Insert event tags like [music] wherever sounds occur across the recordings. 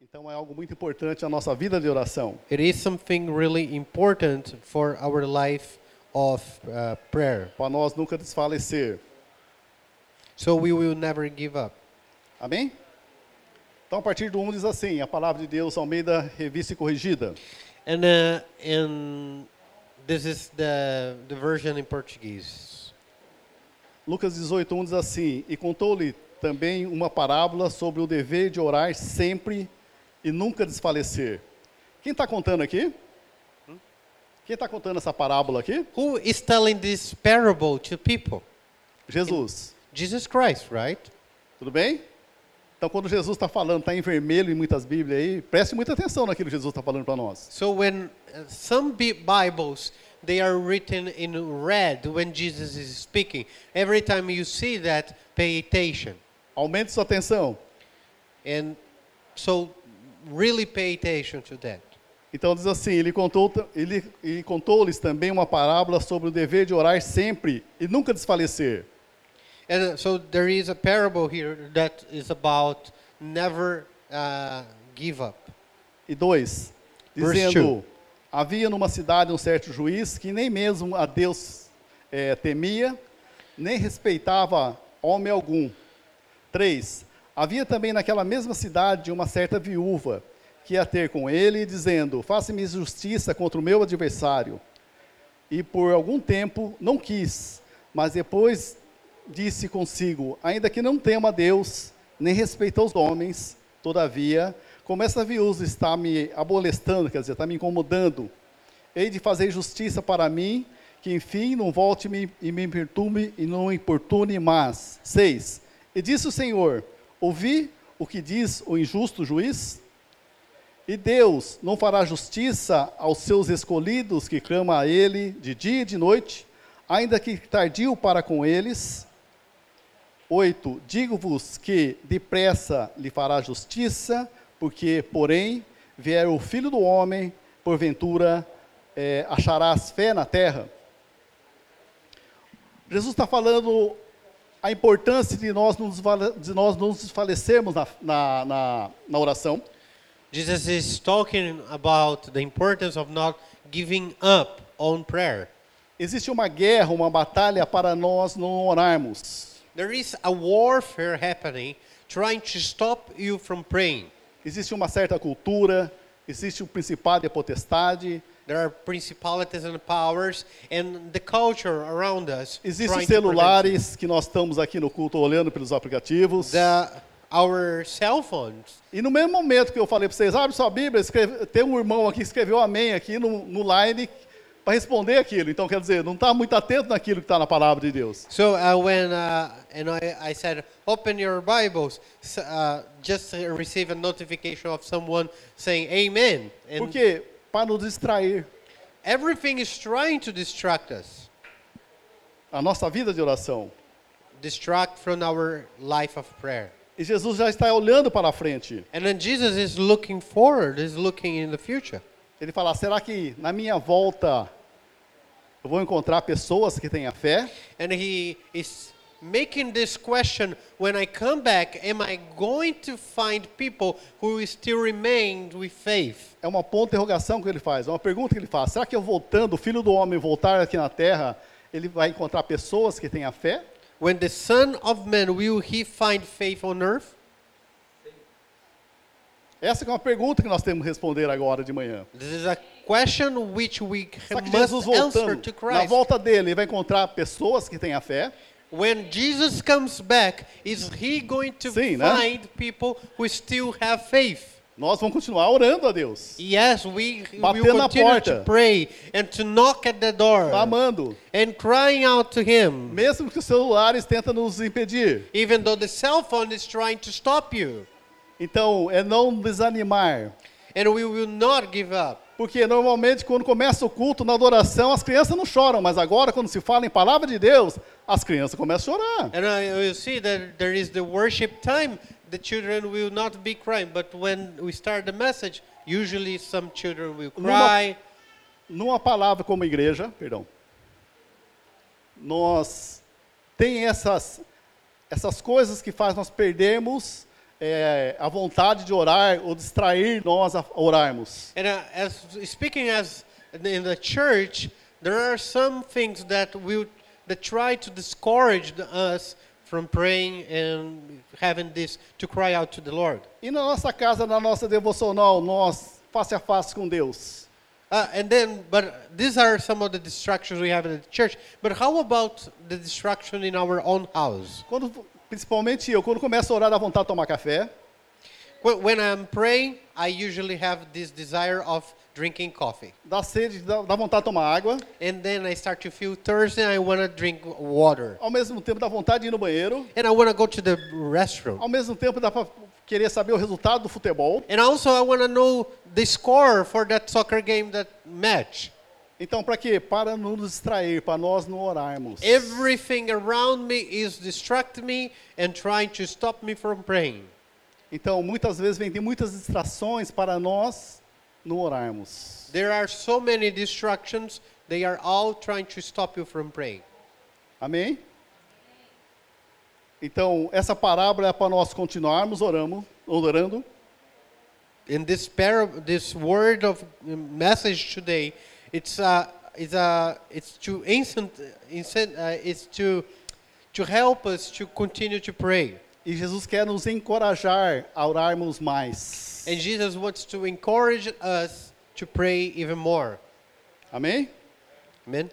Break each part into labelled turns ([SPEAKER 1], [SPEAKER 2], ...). [SPEAKER 1] Então é algo muito importante na nossa vida de oração.
[SPEAKER 2] It is something really important for our life of uh, prayer.
[SPEAKER 1] Para nós nunca desfalecer.
[SPEAKER 2] So we will never give up.
[SPEAKER 1] Amém? Então, a partir do 1 diz assim: a palavra de Deus, Almeida, revista e corrigida.
[SPEAKER 2] And uh, and this is the the version in Portuguese.
[SPEAKER 1] Lucas 18, 1 diz assim: E contou-lhe também uma parábola sobre o dever de orar sempre e nunca desfalecer. Quem está contando aqui? Quem está contando essa parábola aqui?
[SPEAKER 2] Who is telling this parable to people?
[SPEAKER 1] Jesus.
[SPEAKER 2] Jesus Christ, right?
[SPEAKER 1] Tudo bem? Então, quando Jesus está falando, está em vermelho em muitas Bíblias aí, preste muita atenção naquilo que Jesus está falando para nós.
[SPEAKER 2] So when uh, some Bi- Bibles they are written in red when Jesus is speaking. Every time you see that, pay attention.
[SPEAKER 1] Aumente sua atenção.
[SPEAKER 2] And so really pay attention to that.
[SPEAKER 1] Então diz assim, ele contou, ele, e contou-lhes também uma parábola sobre o dever de orar sempre e nunca desfalecer.
[SPEAKER 2] And uh, so there is a parable here that is about never uh, give up.
[SPEAKER 1] E dois,
[SPEAKER 2] Verse
[SPEAKER 1] dizendo,
[SPEAKER 2] two.
[SPEAKER 1] havia numa cidade um certo juiz que nem mesmo a Deus eh, temia, nem respeitava homem algum. Três, havia também naquela mesma cidade uma certa viúva que ia ter com ele, dizendo, faça-me justiça contra o meu adversário. E por algum tempo não quis, mas depois disse consigo: Ainda que não tema a Deus, nem respeita os homens, todavia, como essa viúva está me abolestando, quer dizer, está me incomodando, hei de fazer justiça para mim, que enfim não volte -me, e me perturbe e não importune mais. 6. E disse o Senhor: Ouvi o que diz o injusto juiz? E Deus não fará justiça aos seus escolhidos que clama a Ele de dia e de noite, ainda que tardio para com eles. 8. Digo-vos que depressa lhe fará justiça, porque, porém, vier o filho do homem, porventura eh, acharás fé na terra. Jesus está falando a importância de nós não nos, vale- de nós não nos desfalecermos na- na- na, na oração.
[SPEAKER 2] Jesus is talking about the importance of not giving up on prayer.
[SPEAKER 1] Existe uma guerra, uma batalha para nós não orarmos.
[SPEAKER 2] There is a warfare happening trying to stop you from praying.
[SPEAKER 1] Existe uma certa cultura, existe o principado e a potestade,
[SPEAKER 2] There are principalities and powers and the culture around us.
[SPEAKER 1] existem
[SPEAKER 2] trying to prevent you.
[SPEAKER 1] celulares que nós estamos aqui no culto olhando pelos aplicativos.
[SPEAKER 2] The, our cell phones.
[SPEAKER 1] E no mesmo momento que eu falei para vocês, abre sua Bíblia, escreve- tem um irmão aqui que escreveu amém aqui no, no line para responder aquilo. Então, quer dizer, não está muito atento naquilo que está na palavra de Deus.
[SPEAKER 2] So uh, when uh, and I, I said open your Bibles, s- uh, just uh, receive a notification of someone saying Amen, and
[SPEAKER 1] Porque para nos distrair,
[SPEAKER 2] everything is trying to distract us,
[SPEAKER 1] a nossa vida de oração.
[SPEAKER 2] distract from our life of prayer.
[SPEAKER 1] E Jesus já está olhando para a frente.
[SPEAKER 2] And then Jesus is looking forward, is looking in the future.
[SPEAKER 1] Ele fala: será que na minha volta eu vou encontrar pessoas que tenham fé?
[SPEAKER 2] And he is making this question when I come back, am I going to find people who still remain with faith?
[SPEAKER 1] É uma ponta de interrogação que ele faz, é uma pergunta que ele faz: será que eu voltando, o filho do homem voltar aqui na terra, ele vai encontrar pessoas que tenham fé?
[SPEAKER 2] When the Son of Man will he find faith on earth?
[SPEAKER 1] Essa que é uma pergunta que nós temos que responder agora de manhã.
[SPEAKER 2] This is a question which we
[SPEAKER 1] Será que
[SPEAKER 2] must
[SPEAKER 1] Jesus
[SPEAKER 2] answer
[SPEAKER 1] voltando,
[SPEAKER 2] to
[SPEAKER 1] na
[SPEAKER 2] Christ.
[SPEAKER 1] volta dele, ele vai encontrar pessoas que tenham fé?
[SPEAKER 2] When Jesus comes back, is he going to
[SPEAKER 1] Sim, né?
[SPEAKER 2] find people who still have faith?
[SPEAKER 1] Nós vamos continuar orando a Deus,
[SPEAKER 2] Yes, we
[SPEAKER 1] Batendo
[SPEAKER 2] will
[SPEAKER 1] na
[SPEAKER 2] continue to
[SPEAKER 1] porta.
[SPEAKER 2] pray and to knock at the door
[SPEAKER 1] amando,
[SPEAKER 2] and crying out to him.
[SPEAKER 1] mesmo que os celulares tentam nos impedir.
[SPEAKER 2] even though the cell phone is trying to stop you.
[SPEAKER 1] Então, é não desanimar,
[SPEAKER 2] And we will not give up.
[SPEAKER 1] Porque normalmente quando começa o culto na adoração, as crianças não choram, mas agora quando se fala em palavra de Deus, as crianças começam a chorar.
[SPEAKER 2] And I will see that there is the worship time. The children will not be crying. But when we start the message, usually some children will cry.
[SPEAKER 1] Numa palavra como igreja, perdão, nós tem essas essas coisas que faz nós perdermos é, a vontade de orar ou distrair nós a orarmos.
[SPEAKER 2] And uh, as speaking as in the church, there are some things that will that try to discourage the- us from praying and having this to cry out to the Lord.
[SPEAKER 1] E na nossa casa, na nossa devocional, nós face a face com Deus.
[SPEAKER 2] Uh, and then, but these are some of the distractions we have in the church. But how about the distraction in our own house?
[SPEAKER 1] Quando, principalmente eu, quando começo a orar, dá vontade de tomar café.
[SPEAKER 2] Wh- When I'm praying, I usually have this desire of drinking coffee,
[SPEAKER 1] Dá sede, dá, dá vontade de tomar água.
[SPEAKER 2] and then I start to feel thirsty. and I want to drink water,
[SPEAKER 1] Ao mesmo tempo, dá vontade de ir no banheiro.
[SPEAKER 2] and I want to go to the restroom.
[SPEAKER 1] Ao mesmo tempo, dá para querer saber o resultado do futebol.
[SPEAKER 2] And also, I want to know the score for that soccer game, that match.
[SPEAKER 1] Então, para quê? Para não nos distrair, para nós não orarmos.
[SPEAKER 2] Everything around me is distracting me and trying to stop me from praying.
[SPEAKER 1] Então, muitas vezes vem tem muitas distrações para nós não orarmos.
[SPEAKER 2] There are so many distractions, they are all trying to stop you from praying.
[SPEAKER 1] Amém? Então, essa parábola é para nós continuarmos oramos, orando.
[SPEAKER 2] In this par- this word of um, message today, it's a, it's a, it's to instant, instant uh, it's to, to help us to continue to pray.
[SPEAKER 1] E Jesus quer nos encorajar a orarmos mais.
[SPEAKER 2] And Jesus wants to encourage us to pray even more.
[SPEAKER 1] Amém?
[SPEAKER 2] Amen.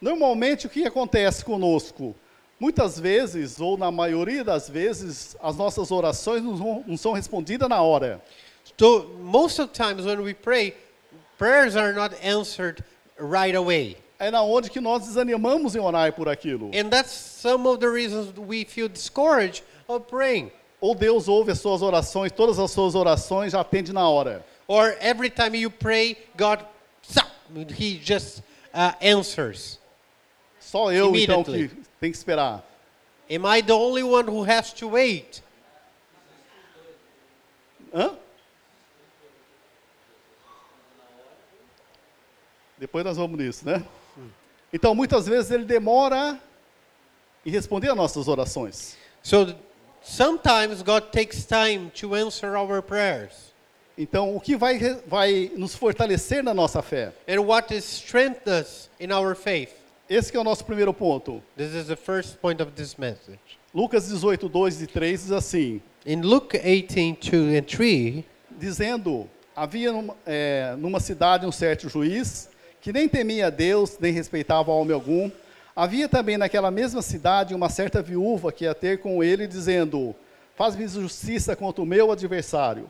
[SPEAKER 1] Normalmente, o que acontece conosco? Muitas vezes, ou na maioria das vezes, as nossas orações não são- não são respondidas na hora.
[SPEAKER 2] So most of times when we pray, prayers are not answered right away.
[SPEAKER 1] É na onde que nós desanimamos em orar por aquilo.
[SPEAKER 2] And that's some of the reasons we feel discouraged of praying.
[SPEAKER 1] Ou Deus ouve as suas orações, todas as suas orações, já atende na hora.
[SPEAKER 2] Or every time you pray, God, zap, he just uh, answers.
[SPEAKER 1] Só eu, então, que
[SPEAKER 2] Immediately.
[SPEAKER 1] tem que esperar.
[SPEAKER 2] Am I the only one who has to wait?
[SPEAKER 1] Hã? Depois nós vamos nisso, né? Então, muitas vezes ele demora em responder às nossas orações.
[SPEAKER 2] So th- sometimes God takes time to answer our prayers.
[SPEAKER 1] Então, o que vai, re- vai nos fortalecer na nossa fé?
[SPEAKER 2] And what is strengthen us in our faith?
[SPEAKER 1] Esse que é o nosso primeiro ponto.
[SPEAKER 2] This is the first point of this message.
[SPEAKER 1] Lucas 18, 2 e 3 diz assim,
[SPEAKER 2] In Luke 18, 2 and 3,
[SPEAKER 1] dizendo, havia numa, é, numa cidade um certo juiz, que nem temia a Deus, nem respeitava homem algum. Havia também naquela mesma cidade uma certa viúva que ia ter com ele, dizendo, faz-me justiça contra o meu adversário.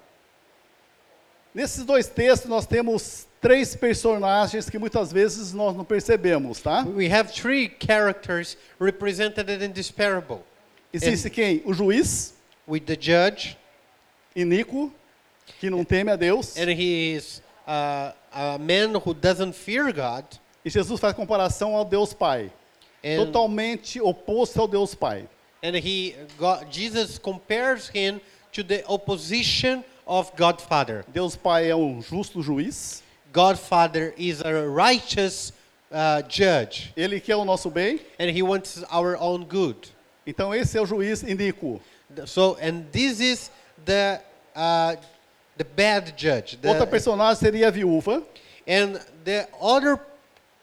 [SPEAKER 1] Nesses dois textos nós temos três personagens que muitas vezes nós não percebemos, tá?
[SPEAKER 2] we have three characters represented in this parable
[SPEAKER 1] Existe quem? O juiz,
[SPEAKER 2] with the judge,
[SPEAKER 1] iníquo, que não teme a Deus.
[SPEAKER 2] and he is uh, a man who doesn't fear God.
[SPEAKER 1] E Jesus faz comparação ao Deus Pai.
[SPEAKER 2] And,
[SPEAKER 1] Totalmente oposto ao Deus Pai.
[SPEAKER 2] and he, God, Jesus compares him to the opposition of Godfather.
[SPEAKER 1] Deus Pai é um justo juiz.
[SPEAKER 2] Godfather is a righteous uh, judge,
[SPEAKER 1] Ele quer o nosso bem.
[SPEAKER 2] and he wants our own good.
[SPEAKER 1] Então esse é o juiz iníquo.
[SPEAKER 2] So, and this is the uh, the bad judge. the-
[SPEAKER 1] Outra personagem seria a viúva.
[SPEAKER 2] And the other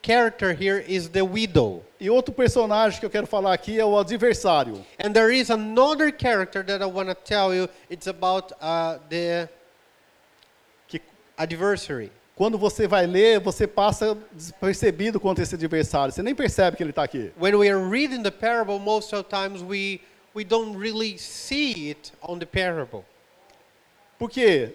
[SPEAKER 2] character here is the widow.
[SPEAKER 1] E outro personagem que eu quero falar aqui é o adversário.
[SPEAKER 2] And there is another character that I want to tell you. It's about uh, the
[SPEAKER 1] Que
[SPEAKER 2] adversary.
[SPEAKER 1] quando você vai ler, você passa despercebido contra esse adversário. Você nem percebe que ele está aqui.
[SPEAKER 2] When we are reading the parable, most of the times we, we don't really see it on the parable.
[SPEAKER 1] Porque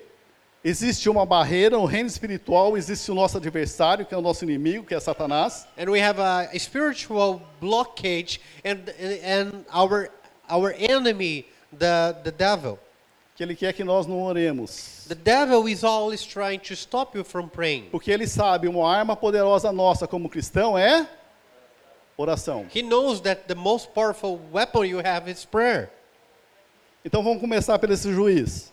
[SPEAKER 1] existe uma barreira, um reino espiritual, existe o nosso adversário, que é o nosso inimigo, que é Satanás.
[SPEAKER 2] And we have a, a spiritual blockage and, and our, our enemy, the, the devil.
[SPEAKER 1] que ele quer que nós não oremos.
[SPEAKER 2] The devil is always trying to stop you from praying.
[SPEAKER 1] Porque ele sabe, uma arma poderosa nossa como cristão é oração.
[SPEAKER 2] He knows that the most powerful weapon you have is prayer.
[SPEAKER 1] Então vamos começar pelo esse juiz.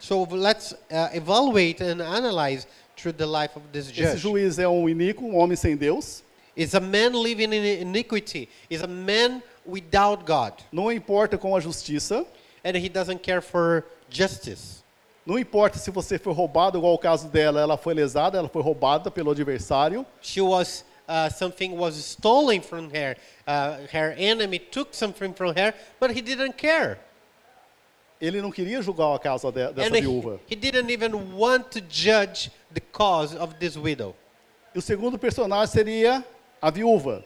[SPEAKER 2] So let's uh, evaluate and analyze through the life of this
[SPEAKER 1] Esse
[SPEAKER 2] judge.
[SPEAKER 1] juiz é um iníquo, um homem sem Deus.
[SPEAKER 2] Is a man living in iniquity? Is a man without God?
[SPEAKER 1] Não importa com a justiça,
[SPEAKER 2] and he doesn't care for justice.
[SPEAKER 1] Não importa se você foi roubado, igual o caso dela, ela foi lesada, ela foi roubada pelo adversário.
[SPEAKER 2] She was uh, something was stolen from her. Uh, her enemy took something from her, but he didn't care.
[SPEAKER 1] Ele não queria julgar a causa de- dessa
[SPEAKER 2] and he-
[SPEAKER 1] viúva.
[SPEAKER 2] he didn't even want to judge the cause of this widow.
[SPEAKER 1] E o segundo personagem seria a viúva.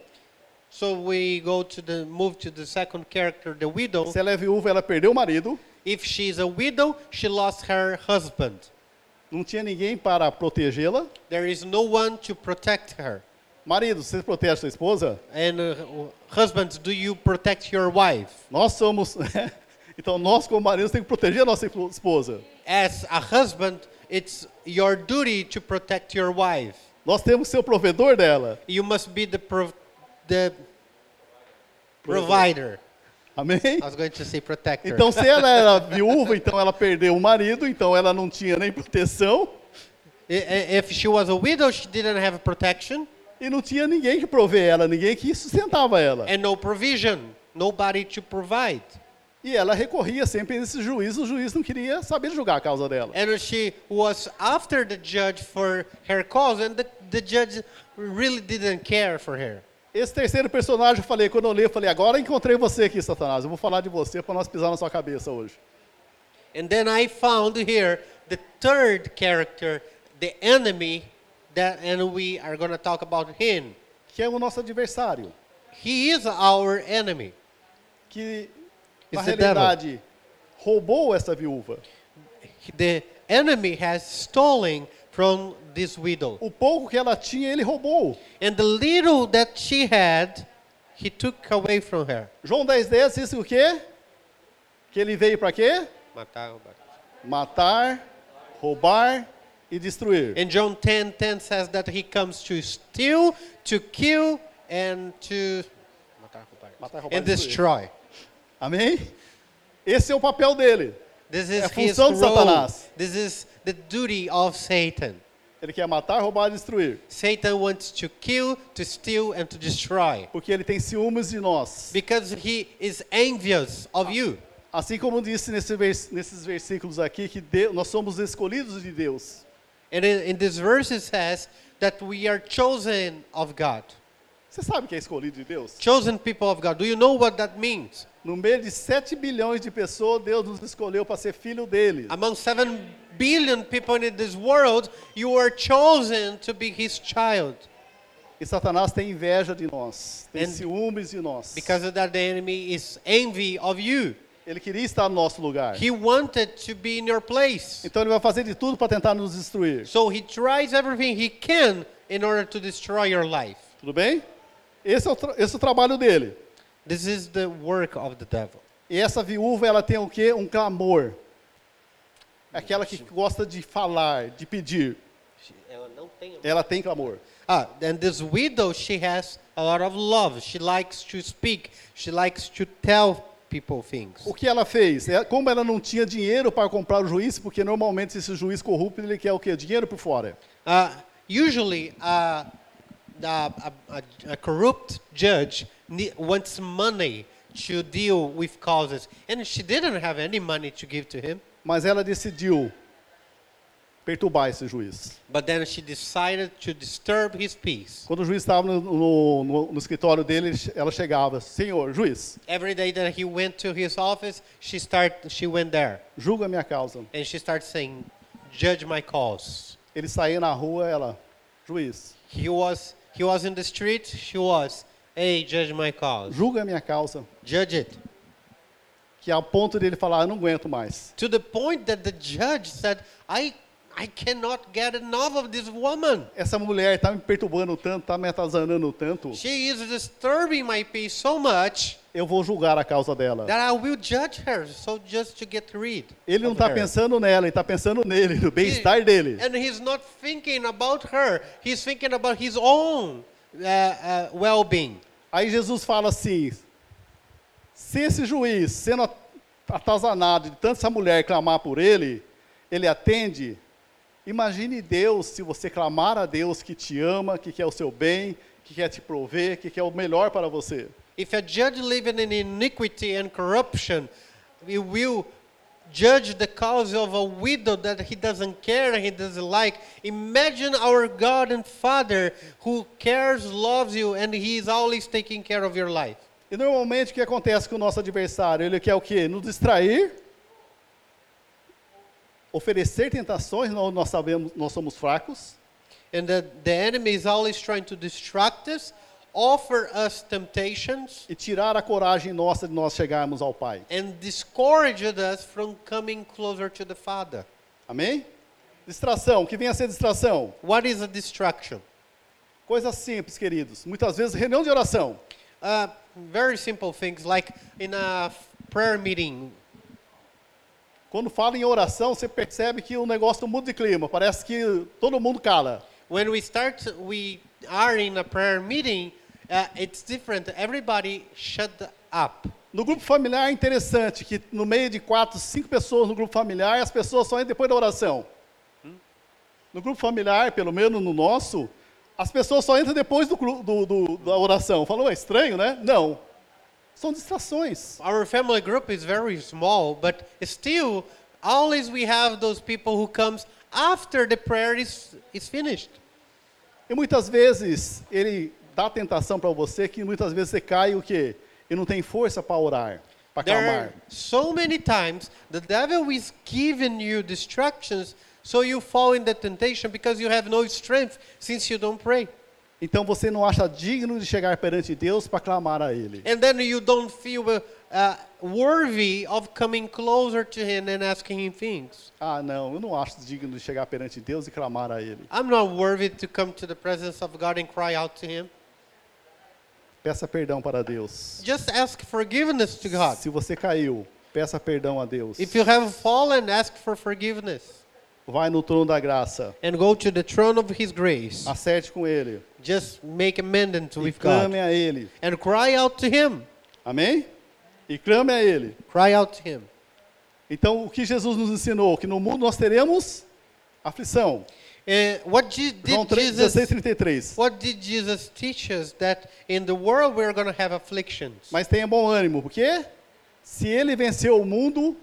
[SPEAKER 2] So we go to the move to the second character, the widow.
[SPEAKER 1] Se ela é viúva, ela perdeu o marido,
[SPEAKER 2] If she is a widow, she lost her husband.
[SPEAKER 1] não tinha ninguém para protegê-la.
[SPEAKER 2] There is no one to protect her.
[SPEAKER 1] Marido, você protege sua esposa?
[SPEAKER 2] And uh, husbands, do you protect your wife?
[SPEAKER 1] Nós somos. [laughs] então, nós, como maridos, temos que proteger a nossa esposa.
[SPEAKER 2] As a husband, it's your duty to protect your wife.
[SPEAKER 1] Nós temos que ser o provedor dela.
[SPEAKER 2] You must be the prov- the provider.
[SPEAKER 1] Amém?
[SPEAKER 2] I was going to say protector.
[SPEAKER 1] Então, se ela era viúva, então ela perdeu o marido, então ela não tinha nem proteção
[SPEAKER 2] I- i- if she was a widow, she didn't have protection
[SPEAKER 1] e não tinha ninguém que provê ela, ninguém que sustentava ela.
[SPEAKER 2] and no provision, nobody to provide.
[SPEAKER 1] E ela recorria sempre a esse juiz, o juiz não queria saber julgar a causa dela.
[SPEAKER 2] And she was after the judge for her cause, and the, the judge really didn't care for her.
[SPEAKER 1] Esse terceiro personagem, eu falei, quando eu li, eu falei, agora encontrei você aqui, Satanás, eu vou falar de você para nós pisar na sua cabeça hoje.
[SPEAKER 2] And then I found here the third character, the enemy, that, and we are going to talk about him.
[SPEAKER 1] Que é o nosso adversário,
[SPEAKER 2] He is our enemy.
[SPEAKER 1] que na
[SPEAKER 2] Esse é
[SPEAKER 1] realidade roubou essa viúva.
[SPEAKER 2] The enemy has stolen from this widow.
[SPEAKER 1] O pouco que ela tinha, ele roubou.
[SPEAKER 2] And the little that she had, he took away from her.
[SPEAKER 1] João 10, 10 diz o quê? Que ele veio para quê? matar, roubar e destruir.
[SPEAKER 2] And John 10 10 says that he comes to steal, to kill, and to
[SPEAKER 1] Matar, roubar e
[SPEAKER 2] and
[SPEAKER 1] destruir.
[SPEAKER 2] destroy.
[SPEAKER 1] Amém? Esse é o papel dele.
[SPEAKER 2] This is
[SPEAKER 1] É a
[SPEAKER 2] his
[SPEAKER 1] função de
[SPEAKER 2] role.
[SPEAKER 1] Satanás.
[SPEAKER 2] This is the duty of Satan.
[SPEAKER 1] Ele quer matar, roubar e destruir,
[SPEAKER 2] Satan wants to kill, to steal, and to destroy.
[SPEAKER 1] porque ele tem ciúmes de nós.
[SPEAKER 2] Because he is envious of you.
[SPEAKER 1] Assim como disse nesse vers- nesses versículos aqui que Deu- nós somos escolhidos de Deus.
[SPEAKER 2] And in, in this verse it says that we are chosen of God.
[SPEAKER 1] Você sabe que é escolhido de Deus?
[SPEAKER 2] Chosen people of God. Do you know what that means?
[SPEAKER 1] No meio de 7 bilhões de pessoas, Deus nos escolheu para ser filho dele.
[SPEAKER 2] Among 7 billion people in this world, you were chosen to be his child.
[SPEAKER 1] E Satanás tem inveja de nós, tem
[SPEAKER 2] And-
[SPEAKER 1] ciúmes de nós.
[SPEAKER 2] Because of that, the enemy is envy of you.
[SPEAKER 1] Ele queria estar no nosso lugar.
[SPEAKER 2] He wanted to be in your place.
[SPEAKER 1] Então ele vai fazer de tudo para tentar nos destruir.
[SPEAKER 2] So he tries everything he can in order to destroy your life.
[SPEAKER 1] Tudo bem? Esse é o, tra- esse é o trabalho dele.
[SPEAKER 2] This is the work of the devil.
[SPEAKER 1] E essa viúva, ela tem o quê? Um clamor. Aquela que gosta de falar, de pedir. Ela tem clamor.
[SPEAKER 2] Ah, and this widow, she has a lot of love. She likes to speak. She likes to tell people things.
[SPEAKER 1] O que ela fez? É- Como ela não tinha dinheiro para comprar o juiz, porque normalmente esse juiz corrupto, ele quer o quê? Dinheiro por fora.
[SPEAKER 2] Uh, usually, uh, the- a, a, a corrupt judge ne- wants money to deal with causes, and she didn't have any money to give to him.
[SPEAKER 1] Mas ela decidiu perturbar esse juiz.
[SPEAKER 2] But then she decided to disturb his peace.
[SPEAKER 1] Quando o juiz estava no, no- no- no escritório dele, ele che- ela chegava, Senhor, juiz,
[SPEAKER 2] Every day that he went to his office, she start she went there
[SPEAKER 1] julga a minha causa.
[SPEAKER 2] and she started saying, "Judge my cause."
[SPEAKER 1] Ele saía na rua, ela, juiz,
[SPEAKER 2] He was he was in the street. She was, "Hey, judge my cause.
[SPEAKER 1] julga a minha causa.
[SPEAKER 2] Judge it."
[SPEAKER 1] que ao ponto dele falar, eu não aguento mais.
[SPEAKER 2] to the point that the judge said, I, I cannot get enough of this woman.
[SPEAKER 1] Essa mulher tá me perturbando tanto, tá me atazanando tanto,
[SPEAKER 2] She is disturbing my peace so much
[SPEAKER 1] eu vou julgar a causa dela.
[SPEAKER 2] that I will judge her. So just to get rid.
[SPEAKER 1] Ele não
[SPEAKER 2] of
[SPEAKER 1] está
[SPEAKER 2] her.
[SPEAKER 1] pensando nela, ele está pensando nele, [laughs] no
[SPEAKER 2] He-
[SPEAKER 1] bem-estar dele.
[SPEAKER 2] And he's not thinking about her. He's thinking about his own uh, uh, well-being.
[SPEAKER 1] Aí Jesus fala assim: se esse juiz, sendo at- atazanado de tanta essa mulher clamar por ele, ele atende. Imagine Deus, se você clamar a Deus que te ama, que quer o seu bem, que quer te prover, que quer o melhor para você.
[SPEAKER 2] If a judge living in iniquity and corruption he will judge the cause of a widow that he doesn't care, he doesn't like. Imagine our God and Father who cares, loves you, and he is always taking care of your life.
[SPEAKER 1] E normalmente o que acontece com o nosso adversário? Ele quer o quê? Nos distrair, oferecer tentações, nós, nós sabemos, nós somos fracos,
[SPEAKER 2] And the, the enemy is always trying to distract us, offer us temptations,
[SPEAKER 1] e tirar a coragem nossa de nós chegarmos ao Pai.
[SPEAKER 2] and discourage us from coming closer to the Father.
[SPEAKER 1] Amém? Distração, o que vem a ser distração?
[SPEAKER 2] What is a distraction?
[SPEAKER 1] Coisas simples, queridos. Muitas vezes reunião de oração.
[SPEAKER 2] Uh, very simple things like in a prayer meeting.
[SPEAKER 1] Quando fala em oração, você percebe que o negócio muda de clima. Parece que todo mundo cala.
[SPEAKER 2] When we start, we are in a prayer meeting. Uh, it's different. Everybody shut up.
[SPEAKER 1] No grupo familiar é interessante que no meio de quatro, cinco pessoas no grupo familiar, as pessoas só entram depois da oração. No grupo familiar, pelo menos no nosso, as pessoas só entram depois do, gru- do- do- da oração. Falou, é estranho, né? Não. São distrações.
[SPEAKER 2] Our family group is very small, but still, always we have those people who comes after the prayer is, is finished.
[SPEAKER 1] E muitas vezes ele dá tentação para você que muitas vezes você cai o quê? E não tem força para orar, para
[SPEAKER 2] There are
[SPEAKER 1] calmar.
[SPEAKER 2] so many times the devil is giving you distractions, so you fall in the temptation because you have no strength since you don't pray.
[SPEAKER 1] Então você não acha digno de chegar perante Deus para clamar a Ele.
[SPEAKER 2] And then you don't feel uh, uh, worthy of coming closer to him and asking him things.
[SPEAKER 1] Ah, não, eu não acho digno de chegar perante Deus e clamar a Ele.
[SPEAKER 2] I'm not worthy to come to the presence of God and cry out to him.
[SPEAKER 1] Peça perdão para Deus.
[SPEAKER 2] Just ask forgiveness to God.
[SPEAKER 1] Se você caiu, peça perdão a Deus.
[SPEAKER 2] If you have fallen, ask for forgiveness
[SPEAKER 1] Vai no trono da graça.
[SPEAKER 2] and go to the throne of his grace.
[SPEAKER 1] Acerte com Ele.
[SPEAKER 2] Just make amendment
[SPEAKER 1] E
[SPEAKER 2] with
[SPEAKER 1] clame
[SPEAKER 2] God
[SPEAKER 1] a Ele.
[SPEAKER 2] and cry out to him.
[SPEAKER 1] Amém? E clame a Ele.
[SPEAKER 2] Cry out to him.
[SPEAKER 1] Então, o que Jesus nos ensinou? Que no mundo nós teremos aflição.
[SPEAKER 2] Uh, what Je-
[SPEAKER 1] João
[SPEAKER 2] did
[SPEAKER 1] 3,
[SPEAKER 2] Jesus
[SPEAKER 1] 16, 33.
[SPEAKER 2] what did Jesus teach us that in the world we're going to have afflictions?
[SPEAKER 1] Mas tenha bom ânimo, porque se Ele venceu o mundo,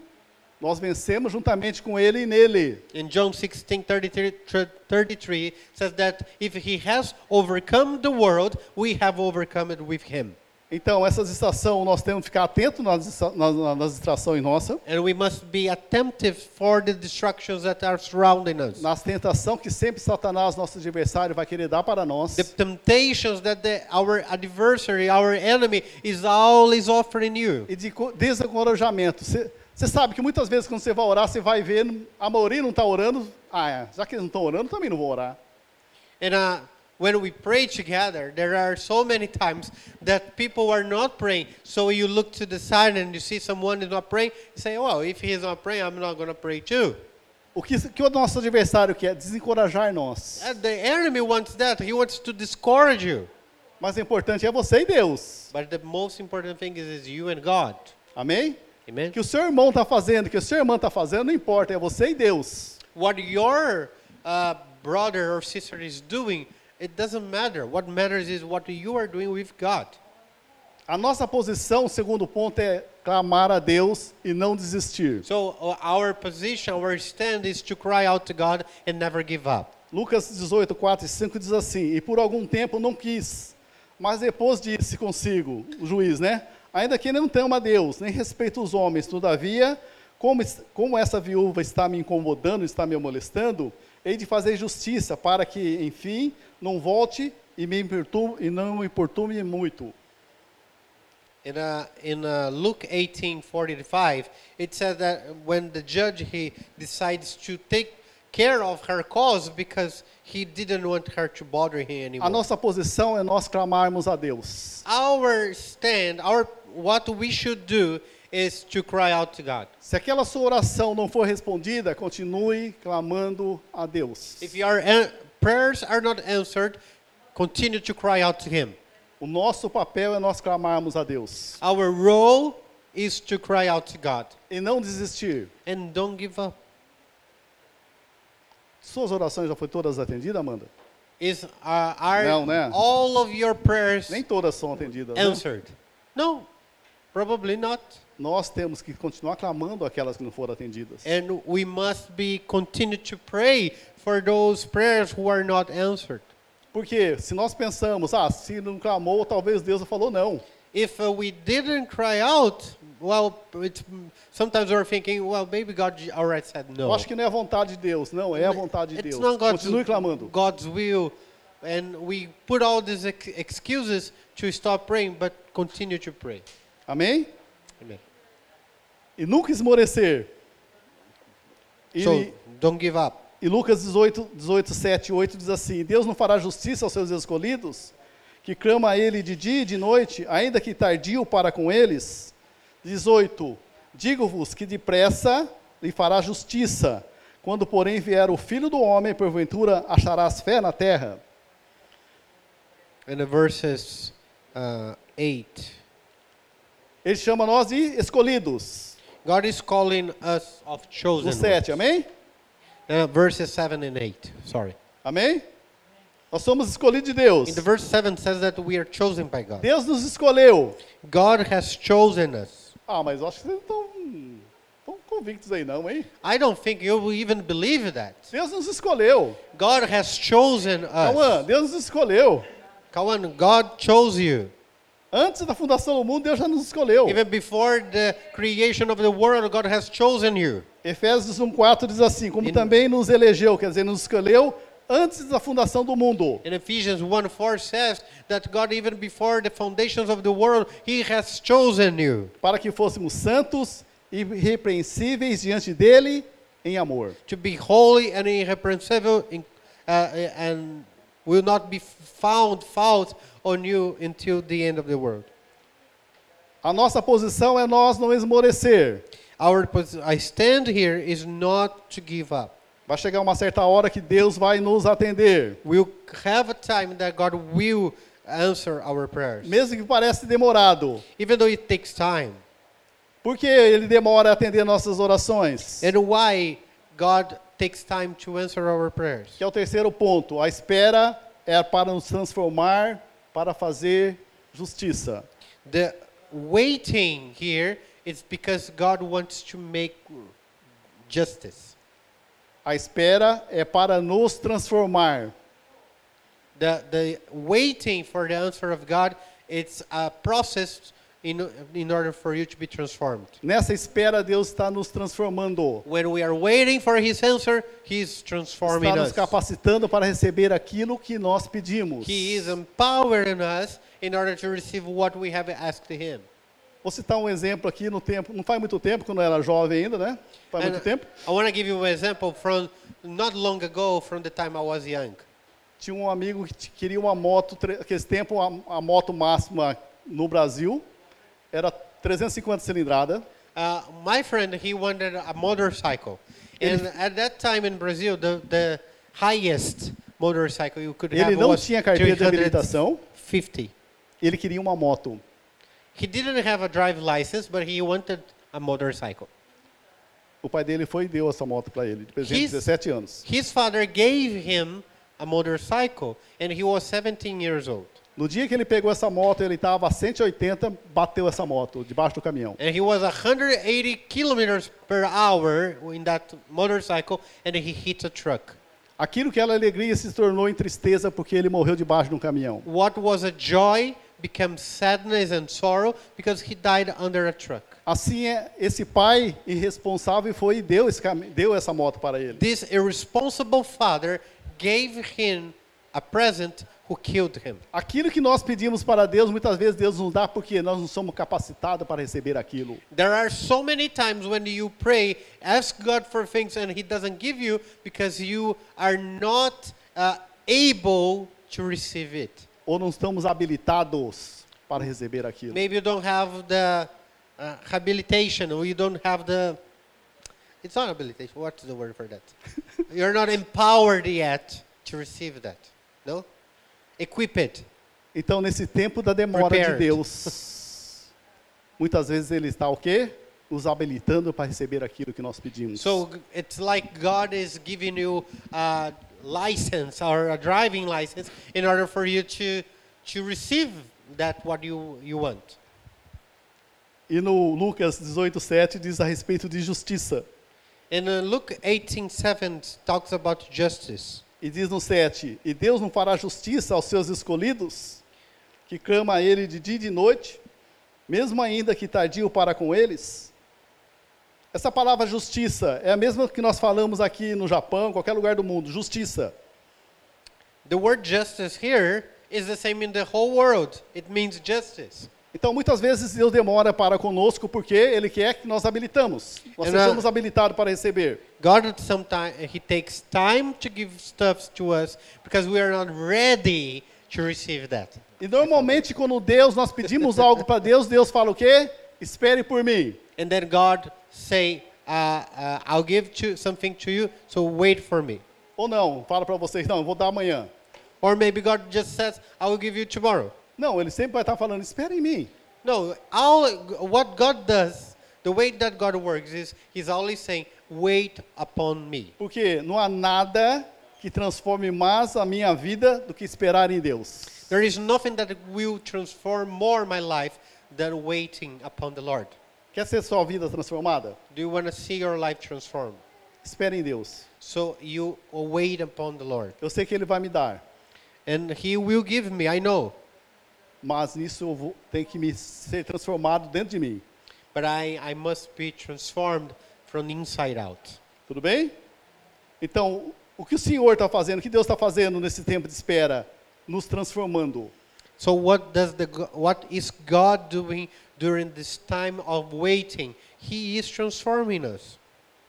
[SPEAKER 1] nós vencemos juntamente com Ele e nele.
[SPEAKER 2] In John 16, 33, tr- 33 says that if he has overcome the world, we have overcome it with him.
[SPEAKER 1] Então, essas distrações, nós temos que ficar atentos nas, distra- nas, nas- nas distrações nossas,
[SPEAKER 2] And we must be attentive for the distractions that are surrounding us.
[SPEAKER 1] nas tentações que sempre Satanás, nosso adversário, vai querer dar para nós.
[SPEAKER 2] The temptations that the, our adversary, our enemy, is always offering you.
[SPEAKER 1] E de co- desencorajamento. Você você sabe que muitas vezes quando você vai orar, você vai ver, não- a maioria não está orando. Ah, é, já que eles não estão orando, também não vou orar.
[SPEAKER 2] And uh, when we pray together, there are so many times that people are not praying. So you look to the side and you see someone is not praying, you say, well, if he's not praying, I'm not going to pray too.
[SPEAKER 1] O que, que o nosso adversário quer? Desencorajar nós.
[SPEAKER 2] And Uh, the enemy wants that. He wants to discourage you.
[SPEAKER 1] Mas o importante é você e Deus.
[SPEAKER 2] But the most important thing is, is you and God.
[SPEAKER 1] Amém? O
[SPEAKER 2] Amen.
[SPEAKER 1] que o seu irmão está fazendo, o que o seu irmão está fazendo, não importa, é você e Deus.
[SPEAKER 2] What your uh, brother or sister is doing, it doesn't matter. What matters is what you are doing with God.
[SPEAKER 1] A nossa posição, o segundo ponto, é clamar a Deus e não desistir.
[SPEAKER 2] So uh, our position, our stand is to cry out to God and never give up.
[SPEAKER 1] Lucas 18, 4 e 5 diz assim: E por algum tempo não quis, mas depois disse consigo, o juiz, né? Ainda que não tema a Deus, nem respeito os homens, todavia, como, es- como essa viúva está me incomodando, está me molestando, hei de fazer justiça para que, enfim, não volte e, me importune, e não me importune muito.
[SPEAKER 2] In, uh, in uh, Luke 18, 45, it says that when the judge, he decides to take care of her cause because he didn't want her to bother him anymore.
[SPEAKER 1] A nossa posição é nós clamarmos a Deus.
[SPEAKER 2] our stand, our what we should do is to cry out to God.
[SPEAKER 1] Se aquela sua oração não for respondida, continue clamando a Deus.
[SPEAKER 2] If your an- prayers are not answered, continue to cry out to Him.
[SPEAKER 1] O nosso papel é nós clamarmos a Deus
[SPEAKER 2] Our role is to cry out to God
[SPEAKER 1] e não desistir.
[SPEAKER 2] and don't give up.
[SPEAKER 1] Suas orações já foram todas atendidas, Amanda?
[SPEAKER 2] Is uh, are
[SPEAKER 1] Não, né?
[SPEAKER 2] all of your prayers
[SPEAKER 1] Nem todas são atendidas. né?
[SPEAKER 2] answered? No, probably not.
[SPEAKER 1] nós temos que continuar clamando aquelas que não foram atendidas.
[SPEAKER 2] And we must be continue to pray for those prayers who are not answered.
[SPEAKER 1] Porque se nós pensamos, ah, se não clamou, talvez Deus não falou não.
[SPEAKER 2] If uh, we didn't cry out, well, it's, sometimes we're thinking, well, maybe God j- already said
[SPEAKER 1] Eu
[SPEAKER 2] no.
[SPEAKER 1] acho que não é a vontade de Deus. Não, é a vontade de
[SPEAKER 2] It's
[SPEAKER 1] Deus.
[SPEAKER 2] not God's,
[SPEAKER 1] Continue clamando.
[SPEAKER 2] God's will. And we put all these ex- excuses to stop praying, but continue to pray.
[SPEAKER 1] Amém?
[SPEAKER 2] Amen.
[SPEAKER 1] E nunca esmorecer. E,
[SPEAKER 2] So don't give up.
[SPEAKER 1] e Lucas 18, 18, 7, 8 diz assim: Deus não fará justiça aos seus escolhidos, que clama a Ele de dia e de noite, ainda que tardio para com eles. 18: Digo-vos que depressa lhe fará justiça. Quando, porém, vier o filho do homem, porventura acharás fé na terra.
[SPEAKER 2] And the verses uh, 8.
[SPEAKER 1] Ele chama nós de escolhidos.
[SPEAKER 2] God is calling us of chosen.
[SPEAKER 1] O
[SPEAKER 2] ones.
[SPEAKER 1] 7, amém?
[SPEAKER 2] Uh, verses 7 and 8. Sorry.
[SPEAKER 1] Amém? Nós somos escolhidos de Deus.
[SPEAKER 2] In the verse 7 says that we are chosen by God.
[SPEAKER 1] Deus nos escolheu.
[SPEAKER 2] God has chosen us.
[SPEAKER 1] Ah, mas eu acho que vocês não estão tão convictos aí não, hein?
[SPEAKER 2] I don't think you will even believe that.
[SPEAKER 1] Deus nos escolheu.
[SPEAKER 2] God has chosen
[SPEAKER 1] Cauã,
[SPEAKER 2] us.
[SPEAKER 1] Deus nos escolheu.
[SPEAKER 2] Kawan, God chose you.
[SPEAKER 1] Antes da fundação do mundo, Deus já nos escolheu.
[SPEAKER 2] Even before the creation of the world, God has chosen you.
[SPEAKER 1] Efésios 1,4 diz assim, como
[SPEAKER 2] E-
[SPEAKER 1] também nos elegeu, quer dizer, nos escolheu antes da fundação do mundo.
[SPEAKER 2] In Ephesians 1 4 says that God, even before the foundations of the world, He has chosen you
[SPEAKER 1] Para que fôssemos santos e irrepreensíveis diante dele em amor.
[SPEAKER 2] to be holy and irrepressible in, uh, and will not be found fault on you until the end of the world.
[SPEAKER 1] A nossa posição é nós não esmorecer.
[SPEAKER 2] Our pos- I stand here is not to give up.
[SPEAKER 1] Vai chegar uma certa hora que Deus vai nos atender.
[SPEAKER 2] We'll have a time that God will answer our prayers,
[SPEAKER 1] Mesmo que pareça demorado.
[SPEAKER 2] even though it takes time.
[SPEAKER 1] Por que ele demora a atender nossas orações?
[SPEAKER 2] And why God takes time to answer our prayers?
[SPEAKER 1] Que é o terceiro ponto. A espera é para nos transformar, para fazer justiça.
[SPEAKER 2] The waiting here is because God wants to make justice.
[SPEAKER 1] A espera é para nos transformar.
[SPEAKER 2] The, the waiting for the answer of God, it's a process in, in order for you to be transformed.
[SPEAKER 1] Nessa espera, Deus está nos transformando.
[SPEAKER 2] When we are waiting for his answer, he's transforming
[SPEAKER 1] Está nos
[SPEAKER 2] us.
[SPEAKER 1] capacitando para receber aquilo que nós pedimos.
[SPEAKER 2] He is empowering us in order to receive what we have asked him.
[SPEAKER 1] Vou citar um exemplo aqui no tempo, não faz muito tempo, quando eu era jovem ainda, né? Faz
[SPEAKER 2] And
[SPEAKER 1] muito tempo.
[SPEAKER 2] I want to give you an example from not long ago, from the time I was young.
[SPEAKER 1] Tinha um amigo que t- queria uma moto, tre- naquele tempo a, a moto máxima no Brasil era 350 cilindrada.
[SPEAKER 2] Uh, my friend, he wanted a motorcycle. And at that time in Brazil, the, the highest motorcycle you could
[SPEAKER 1] Ele
[SPEAKER 2] have
[SPEAKER 1] não
[SPEAKER 2] was
[SPEAKER 1] tinha carteira de
[SPEAKER 2] 350.
[SPEAKER 1] habilitação, ele queria uma moto.
[SPEAKER 2] He didn't have a drive license, but he wanted a motorcycle.
[SPEAKER 1] O pai dele foi e deu essa moto para ele, de presente,
[SPEAKER 2] His-
[SPEAKER 1] 17 anos.
[SPEAKER 2] His father gave him a motorcycle, and he was 17 years old.
[SPEAKER 1] No dia que ele pegou essa moto, ele estava a 180, bateu essa moto debaixo do caminhão.
[SPEAKER 2] And he was 180 kilometers per hour in that motorcycle, and he hit a truck.
[SPEAKER 1] Aquilo que era alegria se tornou em tristeza porque ele morreu debaixo de um caminhão.
[SPEAKER 2] What was a joy became sadness and sorrow because he died under a truck.
[SPEAKER 1] Assim, é, esse pai irresponsável foi e deu, esse cami- deu essa moto para ele.
[SPEAKER 2] This irresponsible father gave him a present who killed him.
[SPEAKER 1] Aquilo que nós pedimos para Deus, muitas vezes Deus nos dá porque nós não somos capacitados para receber aquilo.
[SPEAKER 2] There are so many times when you pray, ask God for things, and He doesn't give you because you are not uh, able to receive it.
[SPEAKER 1] Ou não estamos habilitados para receber aquilo.
[SPEAKER 2] Maybe you don't have the uh, habilitation, or you don't have the. It's not habilitation. What's the word for that? You're not empowered yet to receive that. No? Equipped.
[SPEAKER 1] Então, nesse tempo da demora
[SPEAKER 2] Prepared.
[SPEAKER 1] de Deus, muitas vezes ele está o quê? Nos habilitando para receber aquilo que nós pedimos.
[SPEAKER 2] So g- it's like God is giving you a license or a driving license in order for you to to receive that what you you want.
[SPEAKER 1] E no Lucas 18:7 diz a respeito de justiça.
[SPEAKER 2] And uh, Luke 18:7 talks about justice.
[SPEAKER 1] E diz no 7: E Deus não fará justiça aos seus escolhidos, que clama a Ele de dia e de noite, mesmo ainda que tardio para com eles? Essa palavra justiça é a mesma que nós falamos aqui no Japão, em qualquer lugar do mundo, justiça.
[SPEAKER 2] The word justice here is the same in the whole world. It means justice.
[SPEAKER 1] Então, muitas vezes Deus demora para conosco porque Ele quer que nós habilitamos. Nós
[SPEAKER 2] É na-
[SPEAKER 1] sejamos habilitados para receber.
[SPEAKER 2] God sometimes he takes time to give stuff to us because we are not ready to receive that.
[SPEAKER 1] E normalmente, quando Deus, nós pedimos algo para Deus, Deus fala o quê? Espere por mim.
[SPEAKER 2] And then God say, uh, uh, "I'll give to, something to you, so wait for me."
[SPEAKER 1] Ou não, fala para vocês, não, eu vou dar amanhã.
[SPEAKER 2] Or maybe God just says, "I will give you tomorrow."
[SPEAKER 1] Não, ele sempre vai estar falando, espere em mim.
[SPEAKER 2] No, all what God does, the way that God works is He's always saying, "Wait upon me,"
[SPEAKER 1] Porque não há nada que transforme mais a minha vida do que esperar em Deus.
[SPEAKER 2] There is nothing that will transform more my life than waiting upon the Lord.
[SPEAKER 1] Quer ser sua vida transformada?
[SPEAKER 2] Do you want to see your life transformed?
[SPEAKER 1] Espere em Deus.
[SPEAKER 2] So you wait upon the Lord,
[SPEAKER 1] Eu sei que Ele vai me dar,
[SPEAKER 2] and He will give me. I know,
[SPEAKER 1] mas nisso eu vou, tem que me ser transformado dentro de mim.
[SPEAKER 2] but I, I must be transformed from inside out.
[SPEAKER 1] Tudo bem? Então, o que o Senhor está fazendo, o que Deus está fazendo nesse tempo de espera? Nos transformando.
[SPEAKER 2] So what does the go- what is God doing during this time of waiting? He is transforming us.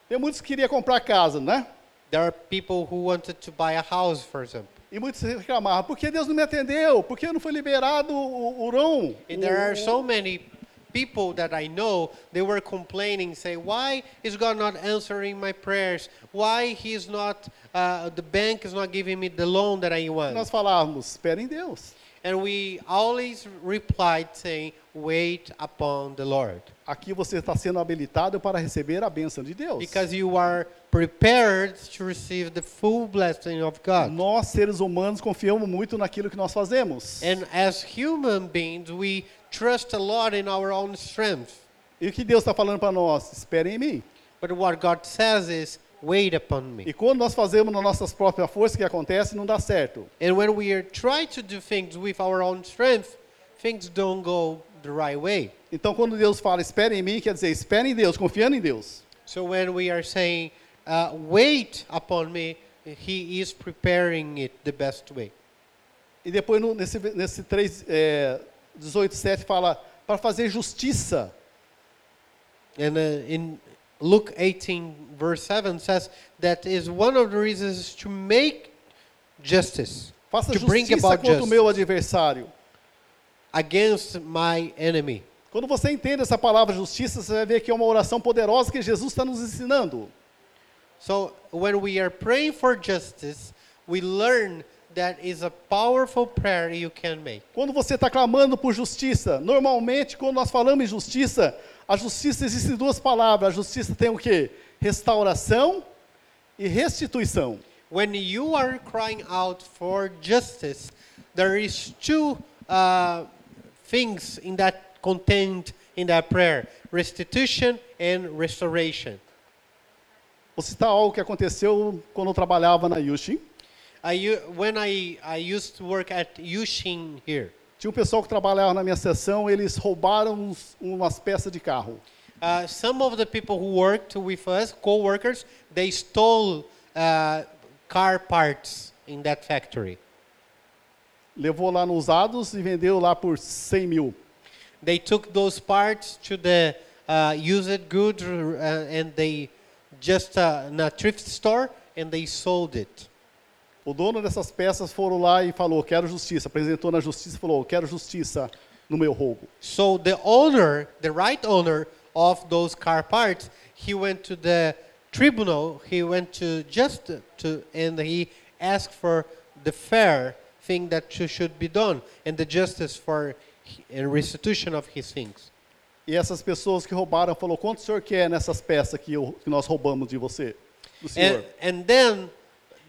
[SPEAKER 1] Tem muitos que queriam comprar casa, né?
[SPEAKER 2] There are people who wanted to buy a house, for example.
[SPEAKER 1] E muitos reclamavam, por que Deus não me atendeu? Por que não foi liberado o, o ROM?
[SPEAKER 2] And there are so many people that I know, they were complaining, say, why is God not answering my prayers? Why he is not, uh, the bank is not giving me the loan that I
[SPEAKER 1] Nós
[SPEAKER 2] want?
[SPEAKER 1] falávamos, espera em Deus.
[SPEAKER 2] And we always replied saying, wait upon the Lord.
[SPEAKER 1] Aqui você está sendo habilitado para receber a bênção de Deus.
[SPEAKER 2] Because you are prepared to receive the full blessing of God.
[SPEAKER 1] Nós, seres humanos, confiamos muito naquilo que nós fazemos.
[SPEAKER 2] And as human beings, we trust a lot in our own strength.
[SPEAKER 1] E o que Deus está falando para nós? Espera em mim.
[SPEAKER 2] But what God says is, wait upon me.
[SPEAKER 1] E quando nós fazemos nas nossas próprias forças, o que acontece? Não dá certo.
[SPEAKER 2] And when we are trying to do things with our own strength, things don't go the right way.
[SPEAKER 1] Então, quando Deus fala, espera em mim, quer dizer, espera em Deus, confiando em Deus.
[SPEAKER 2] So when we are saying, uh, wait upon me, he is preparing it the best way.
[SPEAKER 1] E depois, no, nesse, nesse 3, é, 18, 7, fala, para fazer justiça.
[SPEAKER 2] And uh, in Luke 18, verse 7 says that is one of the reasons to make justice,
[SPEAKER 1] Faça
[SPEAKER 2] to bring
[SPEAKER 1] justiça
[SPEAKER 2] about
[SPEAKER 1] contra o
[SPEAKER 2] justice
[SPEAKER 1] meu adversário.
[SPEAKER 2] against my enemy.
[SPEAKER 1] Quando você entende essa palavra justiça, você vai ver que é uma oração poderosa que Jesus está nos ensinando.
[SPEAKER 2] So when we are praying for justice, we learn that is a powerful prayer you can make.
[SPEAKER 1] Quando você está clamando por justiça, normalmente quando nós falamos em justiça, a justiça existe duas palavras. A justiça tem o quê? Restauração e restituição.
[SPEAKER 2] When you are crying out for justice, there is two uh, things in that contained in that prayer: restitution and restoration.
[SPEAKER 1] Vou citar algo que aconteceu quando eu trabalhava na Yushin.
[SPEAKER 2] I u- when I, I used to work at Yushin here,
[SPEAKER 1] Tinha um pessoal que trabalhava na minha seção, eles roubaram uns- umas peças de carro.
[SPEAKER 2] uh, some of the people who worked with us, co-workers, they stole uh, car parts in that factory.
[SPEAKER 1] Levou lá nos usados e vendeu lá por 100 mil.
[SPEAKER 2] They took those parts to the uh, used goods uh, and they just uh, in a thrift store and they sold it.
[SPEAKER 1] O dono dessas peças foram lá e falou: "Quero justiça". Apresentou na justiça e falou: "Quero justiça no meu roubo".
[SPEAKER 2] So the owner, the right owner of those car parts, he went to the tribunal. He went to just to and he asked for the fair thing that sh- should be done and the justice for h- and restitution of his things.
[SPEAKER 1] E essas pessoas que roubaram falou: "Quanto o senhor quer nessas peças que, eu- que nós roubamos de você, do senhor?".
[SPEAKER 2] And, and then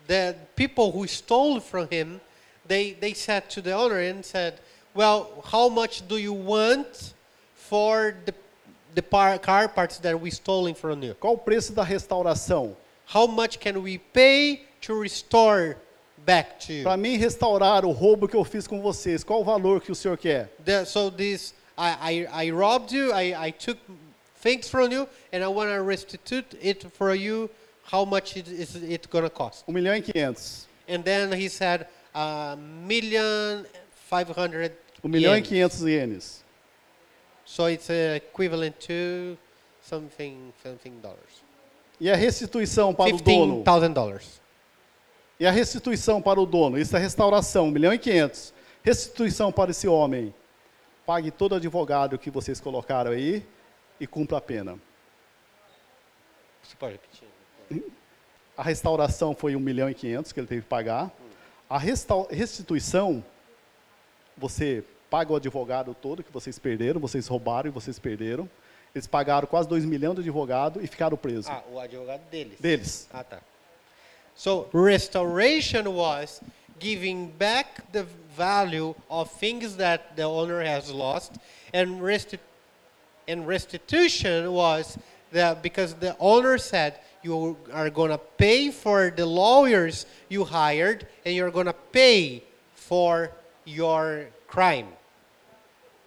[SPEAKER 2] the people who stole from him, they, they said to the owner and said, Well, how much do you want for the, the par- car parts that we stolen from you?
[SPEAKER 1] Qual o preço da restauração?
[SPEAKER 2] How much can we pay to restore back to you?
[SPEAKER 1] Para mim restaurar o roubo que eu fiz com vocês, qual o valor que o senhor quer?
[SPEAKER 2] The- so this, I, I, I robbed you, I, I took things from you, and I want to restitute it for you. How much it, is it going to cost?
[SPEAKER 1] 1 milhão e 500.
[SPEAKER 2] And then he said, a million five hundred
[SPEAKER 1] 1 milhão e
[SPEAKER 2] yen."
[SPEAKER 1] 500 ienes.
[SPEAKER 2] So it's uh, equivalent to something, something dollars.
[SPEAKER 1] E a restituição para o dono?
[SPEAKER 2] $15,000.
[SPEAKER 1] E a restituição para o dono? Isso é restauração, 1 milhão e 500. Restituição para esse homem. Pague todo advogado que vocês colocaram aí e cumpra a pena.
[SPEAKER 2] Você pode repetir?
[SPEAKER 1] A restauração foi 1 milhão e 500 que ele teve que pagar. A restau- restituição, você paga o advogado todo que vocês perderam, vocês roubaram e vocês perderam. Eles pagaram quase 2 milhões de advogado e ficaram presos.
[SPEAKER 2] Ah, o advogado deles.
[SPEAKER 1] Deles.
[SPEAKER 2] Ah, tá. So, restoration was giving back the value of things that the owner has lost, and, resti- and restitution was that because the owner said you are going to pay for the lawyers you hired, and you're going to pay for your crime.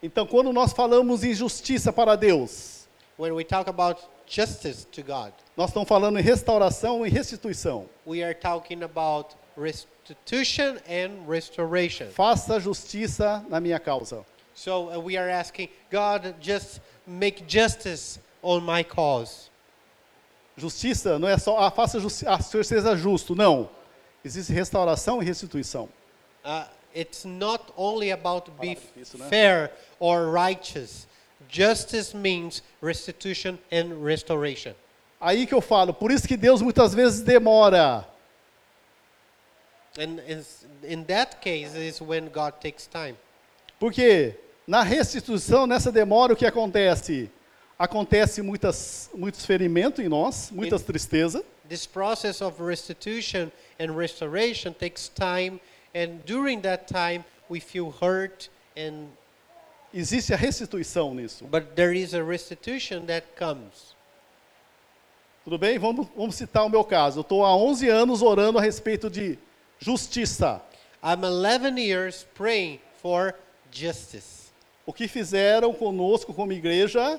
[SPEAKER 1] Então, quando nós falamos em justiça para Deus,
[SPEAKER 2] When we talk about justice to God,
[SPEAKER 1] nós estamos falando em restauração e restituição.
[SPEAKER 2] we are talking about restitution and restoration.
[SPEAKER 1] Faça justiça na minha causa.
[SPEAKER 2] So uh, we are asking God, just make justice on my cause.
[SPEAKER 1] Justiça não é só, ah, faça justiça, ah, o senhor seja justo. Não. Existe restauração e restituição.
[SPEAKER 2] Uh, it's not only about be
[SPEAKER 1] Palavra difícil, né?
[SPEAKER 2] fair or righteous. Justice means restitution and restoration.
[SPEAKER 1] Aí que eu falo, por isso que Deus muitas vezes demora.
[SPEAKER 2] And is- in that case is when God takes time.
[SPEAKER 1] Porque na restituição, nessa demora, o que acontece? Acontece muitas, muitos ferimentos em nós, muitas tristezas.
[SPEAKER 2] This process of restitution and restoration takes time, and during that time we feel hurt and
[SPEAKER 1] Existe a restituição nisso.
[SPEAKER 2] but there is a restitution that comes.
[SPEAKER 1] Tudo bem? Vamos, vamos citar o meu caso. Eu estou há 11 anos orando a respeito de justiça.
[SPEAKER 2] I'm 11 years praying for justice.
[SPEAKER 1] O que fizeram conosco como igreja,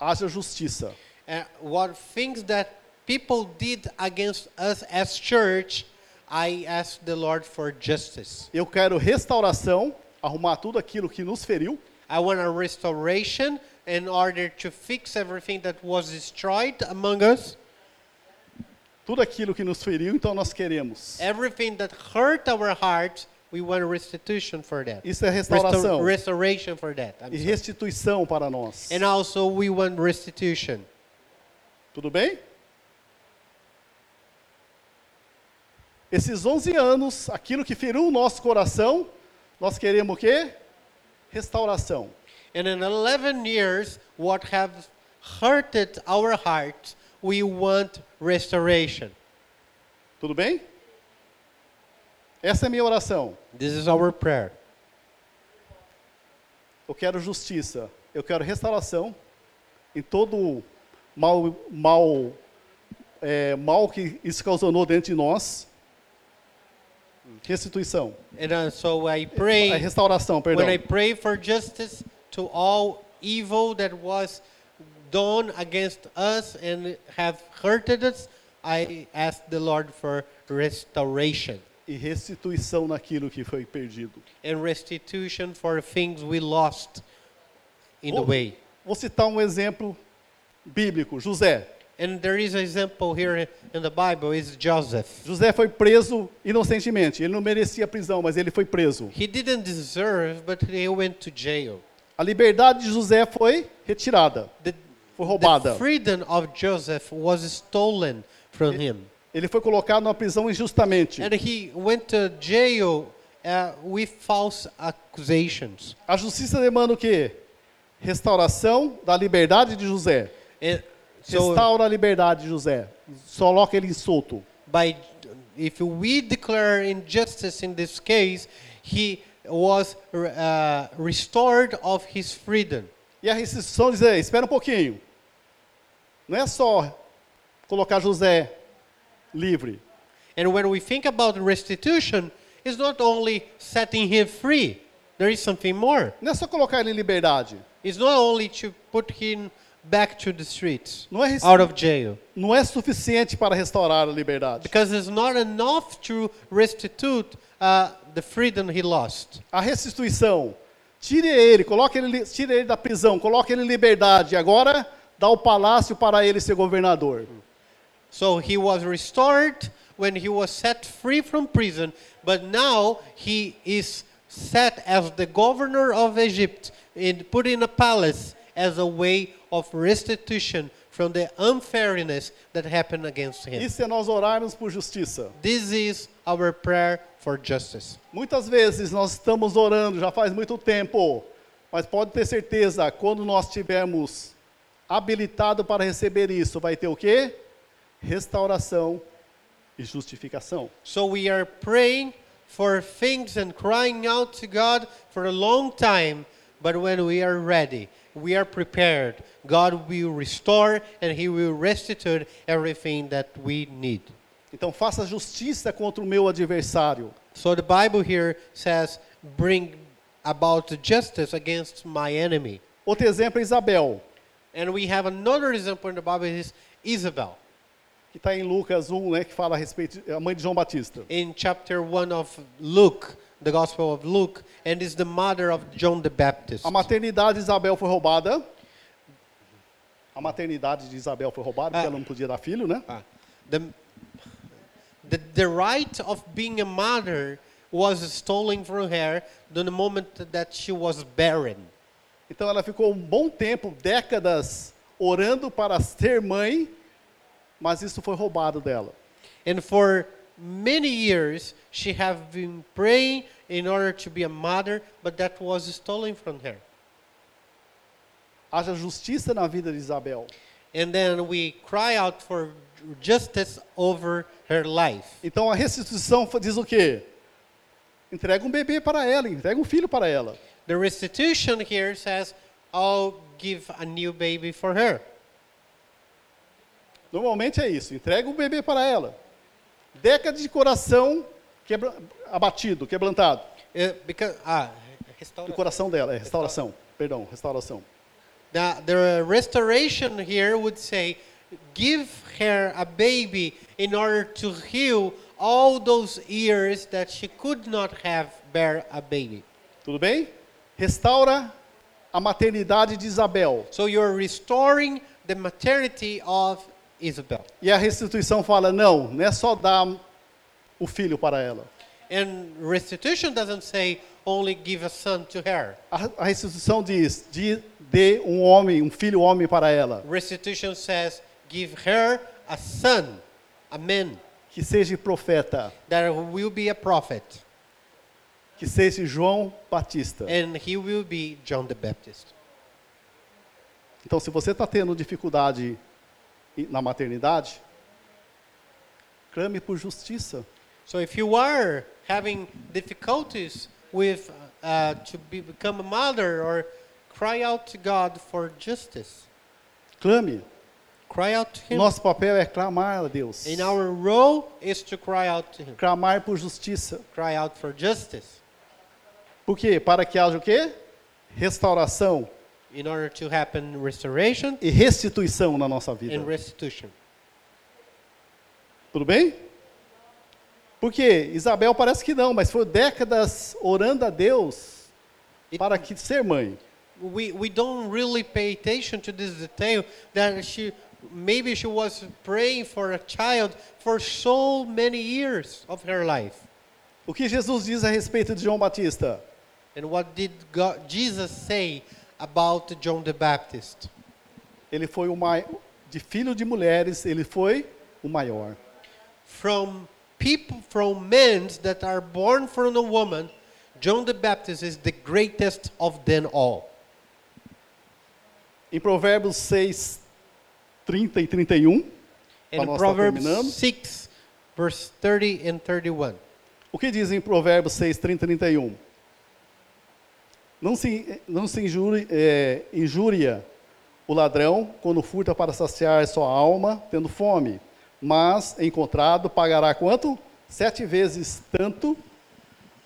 [SPEAKER 1] haja justiça.
[SPEAKER 2] And what things that people did against us as church, I ask the Lord for justice.
[SPEAKER 1] Eu quero restauração, arrumar tudo aquilo que nos feriu,
[SPEAKER 2] I want a restoration in order to fix everything that was destroyed among us,
[SPEAKER 1] tudo aquilo que nos feriu, então nós queremos.
[SPEAKER 2] everything that hurt our hearts. We want restitution for that.
[SPEAKER 1] Isso é
[SPEAKER 2] Restor-
[SPEAKER 1] restauração
[SPEAKER 2] restoration for that. I'm
[SPEAKER 1] e
[SPEAKER 2] sorry.
[SPEAKER 1] restituição para nós.
[SPEAKER 2] And also, we want restitution.
[SPEAKER 1] Tudo bem? Esses 11 anos, aquilo que feriu o nosso coração, nós queremos o quê? Restauração.
[SPEAKER 2] And in 11 years, what have hurted our hearts, we want restoration.
[SPEAKER 1] Tudo bem? Essa é a minha oração.
[SPEAKER 2] This is our prayer.
[SPEAKER 1] Eu quero justiça. Eu quero restauração em todo o mal, mal, é, mal que isso causou dentro de nós. Restituição.
[SPEAKER 2] And uh, so I
[SPEAKER 1] É,
[SPEAKER 2] pray,
[SPEAKER 1] restauração, perdão.
[SPEAKER 2] when I pray for justice to all evil that was done against us and have hurted us, I ask the Lord for restoration
[SPEAKER 1] E restituição naquilo que foi perdido.
[SPEAKER 2] and restitution for things we lost in the
[SPEAKER 1] Oh.
[SPEAKER 2] way.
[SPEAKER 1] Vou citar um exemplo bíblico. José.
[SPEAKER 2] And there is an example here in the Bible, is Joseph.
[SPEAKER 1] José foi preso inocentemente. Ele não merecia prisão, mas ele foi preso.
[SPEAKER 2] He didn't deserve, but he went to jail.
[SPEAKER 1] A liberdade de José foi retirada.
[SPEAKER 2] The,
[SPEAKER 1] Foi
[SPEAKER 2] the
[SPEAKER 1] roubada.
[SPEAKER 2] freedom of Joseph was stolen from him.
[SPEAKER 1] Ele foi colocado numa prisão injustamente.
[SPEAKER 2] And he went to jail uh, with false accusations.
[SPEAKER 1] A justiça demanda o quê? Restauração da liberdade de José.
[SPEAKER 2] And Uh, so,
[SPEAKER 1] Restaura a liberdade de José. Só Coloca ele em solto.
[SPEAKER 2] by, if we declare injustice in this case, he was uh, restored of his freedom.
[SPEAKER 1] E a restrição dizer, espera um pouquinho. Não é só colocar José livre.
[SPEAKER 2] And when we think about restitution, it's not only setting him free, there is something more.
[SPEAKER 1] Não é só colocar ele em liberdade.
[SPEAKER 2] It's not only to put him back to the streets,
[SPEAKER 1] Não é, res-
[SPEAKER 2] out of jail,
[SPEAKER 1] não é suficiente para restaurar a liberdade.
[SPEAKER 2] because it's not enough to restitute uh, the freedom he lost.
[SPEAKER 1] A restituição. Tire ele, coloque ele, li- tire ele da prisão, coloque ele em liberdade. E agora dá o palácio para ele ser governador.
[SPEAKER 2] So he was restored when he was set free from prison, but now he is set as the governor of Egypt and put in a palace as a way of restitution from the unfairness that happened against him.
[SPEAKER 1] Isso é nós orarmos por justiça.
[SPEAKER 2] This is our prayer for justice.
[SPEAKER 1] Muitas vezes nós estamos orando já faz muito tempo, mas pode ter certeza, quando nós tivermos habilitado para receber isso, vai ter o quê? Restauração e justificação.
[SPEAKER 2] So we are praying for things and crying out to God for a long time, but when we are ready, we are prepared, God will restore and He will restitute everything that we need.
[SPEAKER 1] Então faça justiça contra o meu adversário.
[SPEAKER 2] So the Bible here says, bring about justice against my enemy.
[SPEAKER 1] Outro exemplo é Isabel,
[SPEAKER 2] And we have another example in the Bible is Isabel
[SPEAKER 1] que está em Lucas 1, né, que fala a respeito de, a mãe de João Batista.
[SPEAKER 2] in chapter 1 of Luke, the Gospel of Luke, and is the mother of John the Baptist.
[SPEAKER 1] A maternidade de Isabel foi roubada. A maternidade de Isabel foi roubada porque
[SPEAKER 2] Ah.
[SPEAKER 1] ela não podia dar filho, né?
[SPEAKER 2] Ah, the, the, the right of being a mother was stolen from her the moment that she was barren.
[SPEAKER 1] Então ela ficou um bom tempo, décadas, orando para ser mãe, mas isso foi roubado dela.
[SPEAKER 2] And for many years, she have been praying in order to be a mother, but that was stolen from her.
[SPEAKER 1] Haja justiça na vida de Isabel.
[SPEAKER 2] And then we cry out for justice over her life.
[SPEAKER 1] Então a restituição fa- diz o quê? Entrega um bebê para ela, entrega um filho para ela.
[SPEAKER 2] The restitution here says, I'll give a new baby for her.
[SPEAKER 1] Normalmente é isso, entrega um bebê para ela. Década de coração quebra- abatido, quebrantado.
[SPEAKER 2] Uh, because, ah,
[SPEAKER 1] Do coração dela, é restauração. Perdão, restauração.
[SPEAKER 2] The, the restoration here would say, give her a baby in order to heal all those years that she could not have bear a baby.
[SPEAKER 1] Tudo bem? Restaura a maternidade de Isabel.
[SPEAKER 2] So you're restoring the maternity of Isabel.
[SPEAKER 1] E a restituição fala: não, não é só dar o filho para ela.
[SPEAKER 2] And restitution doesn't say only give a son to her.
[SPEAKER 1] A, a restituição diz: de, dê um homem, um filho homem para ela,
[SPEAKER 2] Restitution says give her a son, a man
[SPEAKER 1] que seja profeta,
[SPEAKER 2] that will be a prophet,
[SPEAKER 1] que seja João Batista.
[SPEAKER 2] and he will be John the Baptist.
[SPEAKER 1] Então, se você está tendo dificuldade i- na maternidade, clame por justiça.
[SPEAKER 2] So if you are having difficulties with uh, to be, become a mother or cry out to God for justice,
[SPEAKER 1] Clame.
[SPEAKER 2] cry out to Him.
[SPEAKER 1] Nosso papel é clamar a Deus.
[SPEAKER 2] In our role is to cry out to Him,
[SPEAKER 1] Clamar por justiça.
[SPEAKER 2] cry out for justice,
[SPEAKER 1] Por quê? Para que haja o quê? Restauração
[SPEAKER 2] in order to happen restoration
[SPEAKER 1] e restituição na nossa vida.
[SPEAKER 2] and restitution.
[SPEAKER 1] Tudo bem? Porque Isabel parece que não, mas foi décadas orando a Deus
[SPEAKER 2] E-
[SPEAKER 1] para que ser mãe.
[SPEAKER 2] We we don't really pay attention to this detail that she maybe she was praying for a child for so many years of her life.
[SPEAKER 1] O que Jesus diz a respeito de João Batista?
[SPEAKER 2] And what did God, Jesus say about John the Baptist?
[SPEAKER 1] Ele foi o mai- de filho de mulheres, ele foi o maior.
[SPEAKER 2] From people, from men that are born from a woman, John the Baptist is the greatest of them all.
[SPEAKER 1] Em Provérbios 6, 30 e 31,
[SPEAKER 2] And
[SPEAKER 1] Vamos lá, terminando.
[SPEAKER 2] Proverbs 6, verse 30 and 31.
[SPEAKER 1] o que diz em Provérbios 6, 30 e 31? Não se, não se injure- é, injúria o ladrão quando furta para saciar sua alma, tendo fome, mas encontrado pagará quanto? Sete vezes tanto,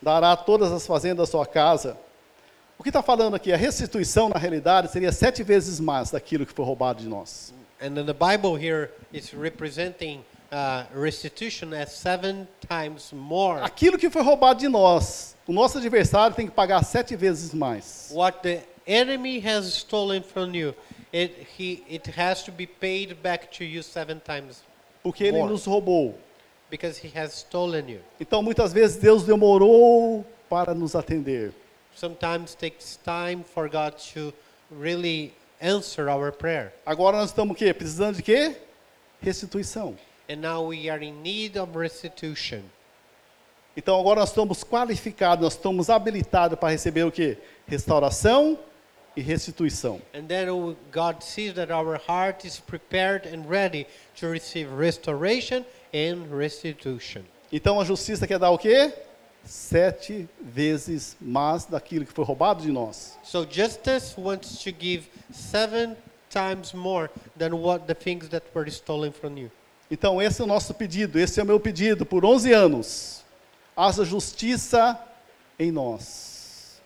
[SPEAKER 1] dará todas as fazendas da sua casa. O que está falando aqui? A restituição, na realidade, seria sete vezes mais daquilo que foi roubado de nós.
[SPEAKER 2] And then the Bible here is representing uh, restitution as seven times more.
[SPEAKER 1] Aquilo que foi roubado de nós, o nosso adversário tem que pagar sete vezes mais.
[SPEAKER 2] What the enemy has stolen from you, it, he, it has to be paid back to you seven times
[SPEAKER 1] Porque ele
[SPEAKER 2] More.
[SPEAKER 1] nos roubou.
[SPEAKER 2] because he has stolen you.
[SPEAKER 1] Então, muitas vezes, Deus demorou para nos atender.
[SPEAKER 2] Sometimes takes time for God to really answer our prayer.
[SPEAKER 1] Agora nós estamos o quê? Precisando de quê? Restituição.
[SPEAKER 2] And now we are in need of restitution.
[SPEAKER 1] Então, agora nós estamos qualificados, nós estamos habilitados para receber o quê? Restauração e restituição.
[SPEAKER 2] And then o- God sees that our heart is prepared and ready to receive restoration and restitution.
[SPEAKER 1] Então, a justiça quer dar o quê? Sete vezes mais daquilo que foi roubado de nós.
[SPEAKER 2] So justice wants to give seven times more than what the things that were stolen from you.
[SPEAKER 1] Então, esse é o nosso pedido, esse é o meu pedido por 11 anos. Haja justiça em nós.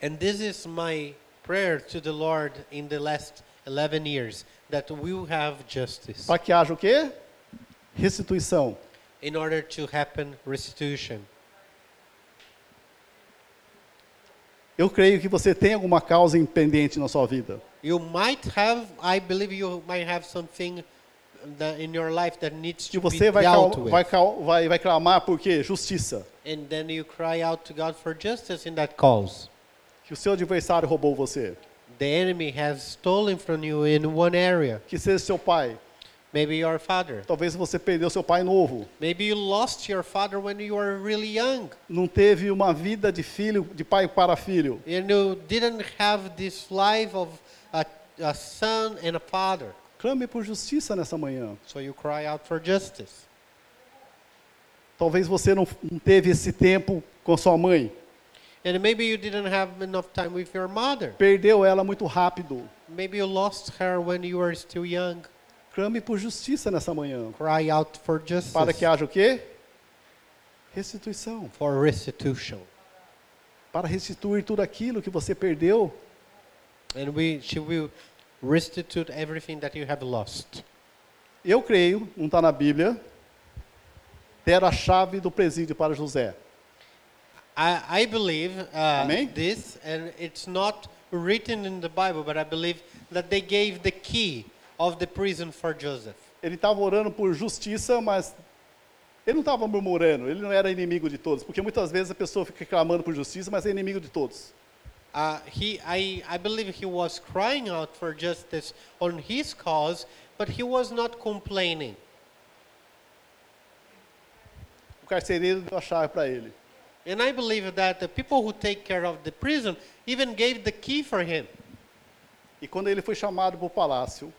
[SPEAKER 2] And this is my prayer to the Lord in the last 11 years that we will have justice
[SPEAKER 1] Para que haja o quê? Restituição.
[SPEAKER 2] in order to happen restitution.
[SPEAKER 1] Eu creio que você tem alguma causa pendente na sua vida.
[SPEAKER 2] You might have, I believe you might have something that in your life that needs
[SPEAKER 1] E
[SPEAKER 2] to be
[SPEAKER 1] você vai, cal-
[SPEAKER 2] dealt with.
[SPEAKER 1] vai, cal- vai- vai clamar por quê? Justiça.
[SPEAKER 2] And then you cry out to God for justice in that cause.
[SPEAKER 1] Que o seu adversário roubou você.
[SPEAKER 2] The enemy has stolen from you in one area,
[SPEAKER 1] Que seja seu pai.
[SPEAKER 2] maybe your father.
[SPEAKER 1] Talvez você perdeu seu pai novo.
[SPEAKER 2] Maybe you lost your father when you were really young,
[SPEAKER 1] Não teve uma vida de filho, de pai para filho.
[SPEAKER 2] and you didn't have this life of a, a son and a father.
[SPEAKER 1] Clame por justiça nessa manhã.
[SPEAKER 2] So you cry out for justice.
[SPEAKER 1] Talvez você não, não teve esse tempo com sua mãe.
[SPEAKER 2] And maybe you didn't have enough time with your mother.
[SPEAKER 1] Perdeu ela muito rápido.
[SPEAKER 2] Maybe you lost her when you were still young.
[SPEAKER 1] Clame por justiça nessa manhã.
[SPEAKER 2] Cry out for justice.
[SPEAKER 1] Para que haja o quê? Restituição.
[SPEAKER 2] for restitution.
[SPEAKER 1] Para restituir tudo aquilo que você perdeu.
[SPEAKER 2] And we, she will restitute everything that you have lost.
[SPEAKER 1] Eu creio, não está na Bíblia, deram a chave do presídio para José.
[SPEAKER 2] I, I believe uh,
[SPEAKER 1] Amém?
[SPEAKER 2] this, and it's not written in the Bible, but I believe that they gave the key of the prison for Joseph.
[SPEAKER 1] Ele estava orando por justiça, mas ele não estava murmurando, ele não era inimigo de todos, porque muitas vezes a pessoa fica clamando por justiça, mas é inimigo de todos.
[SPEAKER 2] Uh, he, I, I believe he was crying out for justice on his cause, but he was not complaining.
[SPEAKER 1] O carcereiro deu a chave para ele.
[SPEAKER 2] And I believe that the people who take care of the prison even gave the key for him.
[SPEAKER 1] E quando ele foi chamado para o palácio,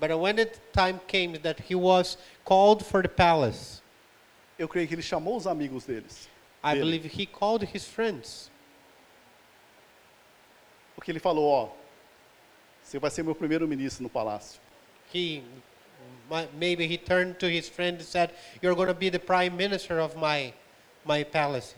[SPEAKER 2] But when the time came that he was called for the palace,
[SPEAKER 1] eu creio que ele chamou os amigos deles.
[SPEAKER 2] I
[SPEAKER 1] dele,
[SPEAKER 2] believe he called his friends.
[SPEAKER 1] Porque ele falou, ó, você vai ser meu primeiro ministro no palácio.
[SPEAKER 2] he mi- maybe he turned to his friend and said you're going to be the prime minister of my my palace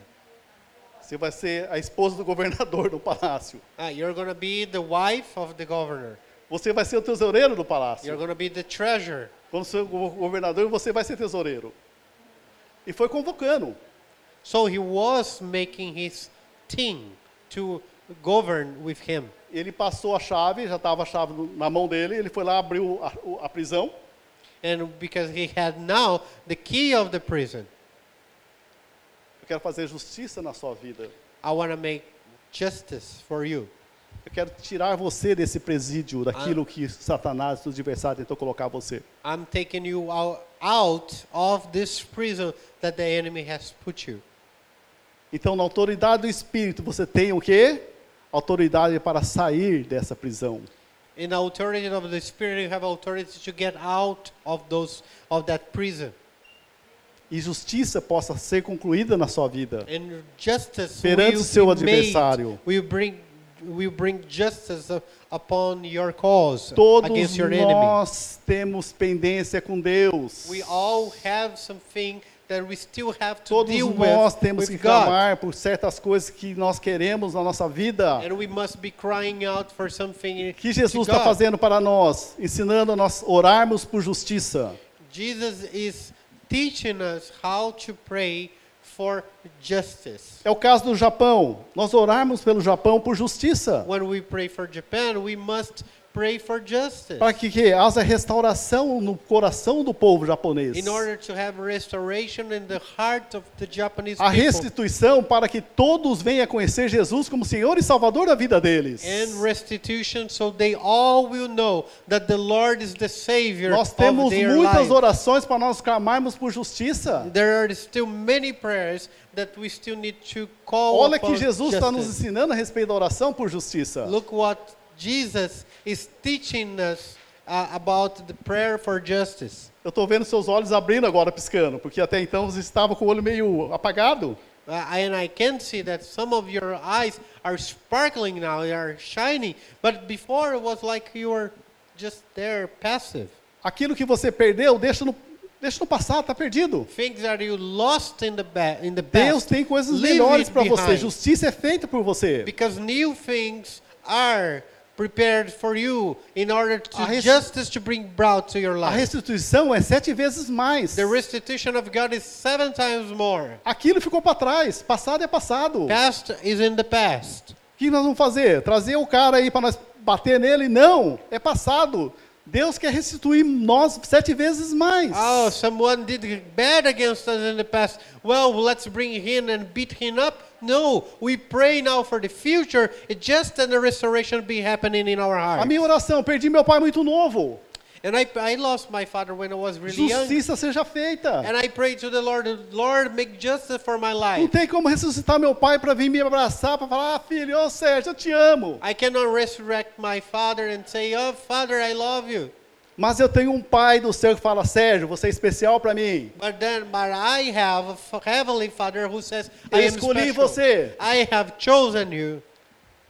[SPEAKER 1] Você vai ser a esposa do governador do palácio.
[SPEAKER 2] Ah, you're going to be the wife of the governor
[SPEAKER 1] Você vai ser o tesoureiro do palácio.
[SPEAKER 2] you're going to be the treasurer
[SPEAKER 1] Quando você é go- governador, você vai ser tesoureiro. E foi convocando.
[SPEAKER 2] so he was making his team to govern with him
[SPEAKER 1] Ele passou a chave, já estava a chave no- na mão dele, ele foi lá, abriu a, o- a prisão,
[SPEAKER 2] and because he had now the key of the prison
[SPEAKER 1] eu quero fazer justiça na sua vida.
[SPEAKER 2] i want to make justice for you
[SPEAKER 1] Eu quero tirar você desse presídio,
[SPEAKER 2] Ah.
[SPEAKER 1] daquilo que Satanás, seu adversário, tentou colocar você.
[SPEAKER 2] i'm taking you out, out of this prison that the enemy has put you
[SPEAKER 1] Então, na autoridade do Espírito, você tem o quê? Autoridade para sair dessa prisão.
[SPEAKER 2] In the authority of the Spirit, you have authority to get out of those of that prison.
[SPEAKER 1] e justiça possa ser concluída na sua vida.
[SPEAKER 2] And justice
[SPEAKER 1] Perante
[SPEAKER 2] will
[SPEAKER 1] seu
[SPEAKER 2] be made,
[SPEAKER 1] adversário.
[SPEAKER 2] will bring will bring justice uh, upon your cause
[SPEAKER 1] Todos
[SPEAKER 2] against your enemy.
[SPEAKER 1] nós temos pendência com Deus.
[SPEAKER 2] We all have something that we still have to
[SPEAKER 1] Todos
[SPEAKER 2] deal
[SPEAKER 1] nós
[SPEAKER 2] with,
[SPEAKER 1] temos
[SPEAKER 2] with
[SPEAKER 1] que
[SPEAKER 2] God.
[SPEAKER 1] clamar por certas coisas que nós queremos na nossa vida.
[SPEAKER 2] And we must be crying out for something
[SPEAKER 1] Ah. O que
[SPEAKER 2] to
[SPEAKER 1] Jesus está
[SPEAKER 2] God.
[SPEAKER 1] fazendo para nós? Ensinando a nós orarmos por justiça.
[SPEAKER 2] Jesus is teaching us how to pray for justice.
[SPEAKER 1] É o caso do Japão. Nós orarmos pelo Japão por justiça.
[SPEAKER 2] When we pray for Japan, we must pray for justice
[SPEAKER 1] Para que, que haja restauração no coração do povo japonês.
[SPEAKER 2] in order to have restoration in the heart of the Japanese
[SPEAKER 1] A
[SPEAKER 2] people
[SPEAKER 1] restituição para que todos venham a conhecer Jesus como Senhor e Salvador da vida deles.
[SPEAKER 2] and restitution so they all will know that the Lord is the savior
[SPEAKER 1] Nós
[SPEAKER 2] of
[SPEAKER 1] temos
[SPEAKER 2] their
[SPEAKER 1] muitas
[SPEAKER 2] life.
[SPEAKER 1] orações para nós clamarmos por justiça.
[SPEAKER 2] There are still many prayers that we still need to call
[SPEAKER 1] Olha
[SPEAKER 2] upon
[SPEAKER 1] que Jesus está nos
[SPEAKER 2] justice.
[SPEAKER 1] ensinando a respeito da oração por justiça.
[SPEAKER 2] Look what Jesus is teaching us uh, about the prayer for justice.
[SPEAKER 1] Eu estou vendo seus olhos abrindo agora, piscando, porque até então você estava com o olho meio apagado.
[SPEAKER 2] Uh, and I can see that some of your eyes are sparkling now, they are shining. But before it was like you were just there, passive.
[SPEAKER 1] Aquilo que você perdeu, deixa no, deixa no passado, está perdido.
[SPEAKER 2] Things that you lost in the ba- in the
[SPEAKER 1] Deus
[SPEAKER 2] past.
[SPEAKER 1] tem coisas
[SPEAKER 2] Leave
[SPEAKER 1] melhores
[SPEAKER 2] it
[SPEAKER 1] para você.
[SPEAKER 2] behind.
[SPEAKER 1] Justiça é feita por você.
[SPEAKER 2] Because new things are prepared for you in order to
[SPEAKER 1] A res-
[SPEAKER 2] justice to bring about to your
[SPEAKER 1] A
[SPEAKER 2] life.
[SPEAKER 1] restituição é sete vezes mais.
[SPEAKER 2] The restitution of God is seven times more.
[SPEAKER 1] Aquilo ficou para trás. Passado é passado. O
[SPEAKER 2] Past is in the past.
[SPEAKER 1] que nós vamos fazer? Trazer o cara aí para nós bater nele? Não, é passado. Deus quer restituir nós sete vezes mais.
[SPEAKER 2] Oh, someone did bad against us in the past. Well, let's bring him and beat him up. No, we pray now for the future. It just that the restoration be happening in our
[SPEAKER 1] A
[SPEAKER 2] heart.
[SPEAKER 1] minha oração, perdi meu pai muito novo.
[SPEAKER 2] And I, I lost my father when I was really young.
[SPEAKER 1] Justiça seja feita.
[SPEAKER 2] And I prayed to the Lord, Lord, make justice for my
[SPEAKER 1] Não
[SPEAKER 2] life.
[SPEAKER 1] tem como ressuscitar meu pai para vir me abraçar, para falar, ah, filho, ô Sérgio, eu te amo.
[SPEAKER 2] I cannot resurrect my father and say, Oh, father, I love you.
[SPEAKER 1] Mas eu tenho um pai do céu que fala, Sérgio, você é especial para mim.
[SPEAKER 2] But then, but I have a f- heavenly father who says,
[SPEAKER 1] Eu
[SPEAKER 2] I am
[SPEAKER 1] escolhi
[SPEAKER 2] special.
[SPEAKER 1] você."
[SPEAKER 2] I have chosen you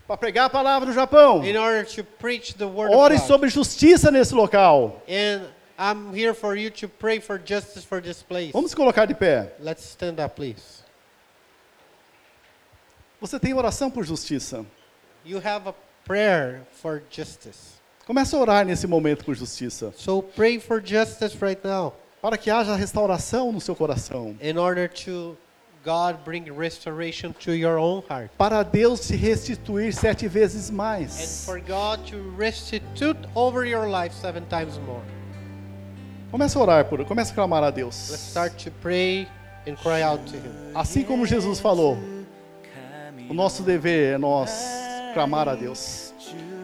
[SPEAKER 1] Para pregar a palavra do Japão.
[SPEAKER 2] in order to preach the word
[SPEAKER 1] Ore
[SPEAKER 2] of God.
[SPEAKER 1] sobre justiça nesse local.
[SPEAKER 2] And I'm here for you to pray for justice for this place.
[SPEAKER 1] Vamos se colocar de pé.
[SPEAKER 2] Let's stand up, please.
[SPEAKER 1] Você tem oração por justiça.
[SPEAKER 2] You have a prayer for justice.
[SPEAKER 1] Começa a orar nesse momento por justiça.
[SPEAKER 2] So pray for justice right now
[SPEAKER 1] Para que haja restauração no seu coração.
[SPEAKER 2] in order to God bring restoration to your own heart
[SPEAKER 1] Para Deus te restituir sete vezes
[SPEAKER 2] and
[SPEAKER 1] mais.
[SPEAKER 2] for God to restitute over your life seven times more.
[SPEAKER 1] Começa a orar por Começa a clamar a Deus.
[SPEAKER 2] Let's start to pray and cry out to Him.
[SPEAKER 1] Assim como Jesus falou, o nosso dever é nós clamar a Deus,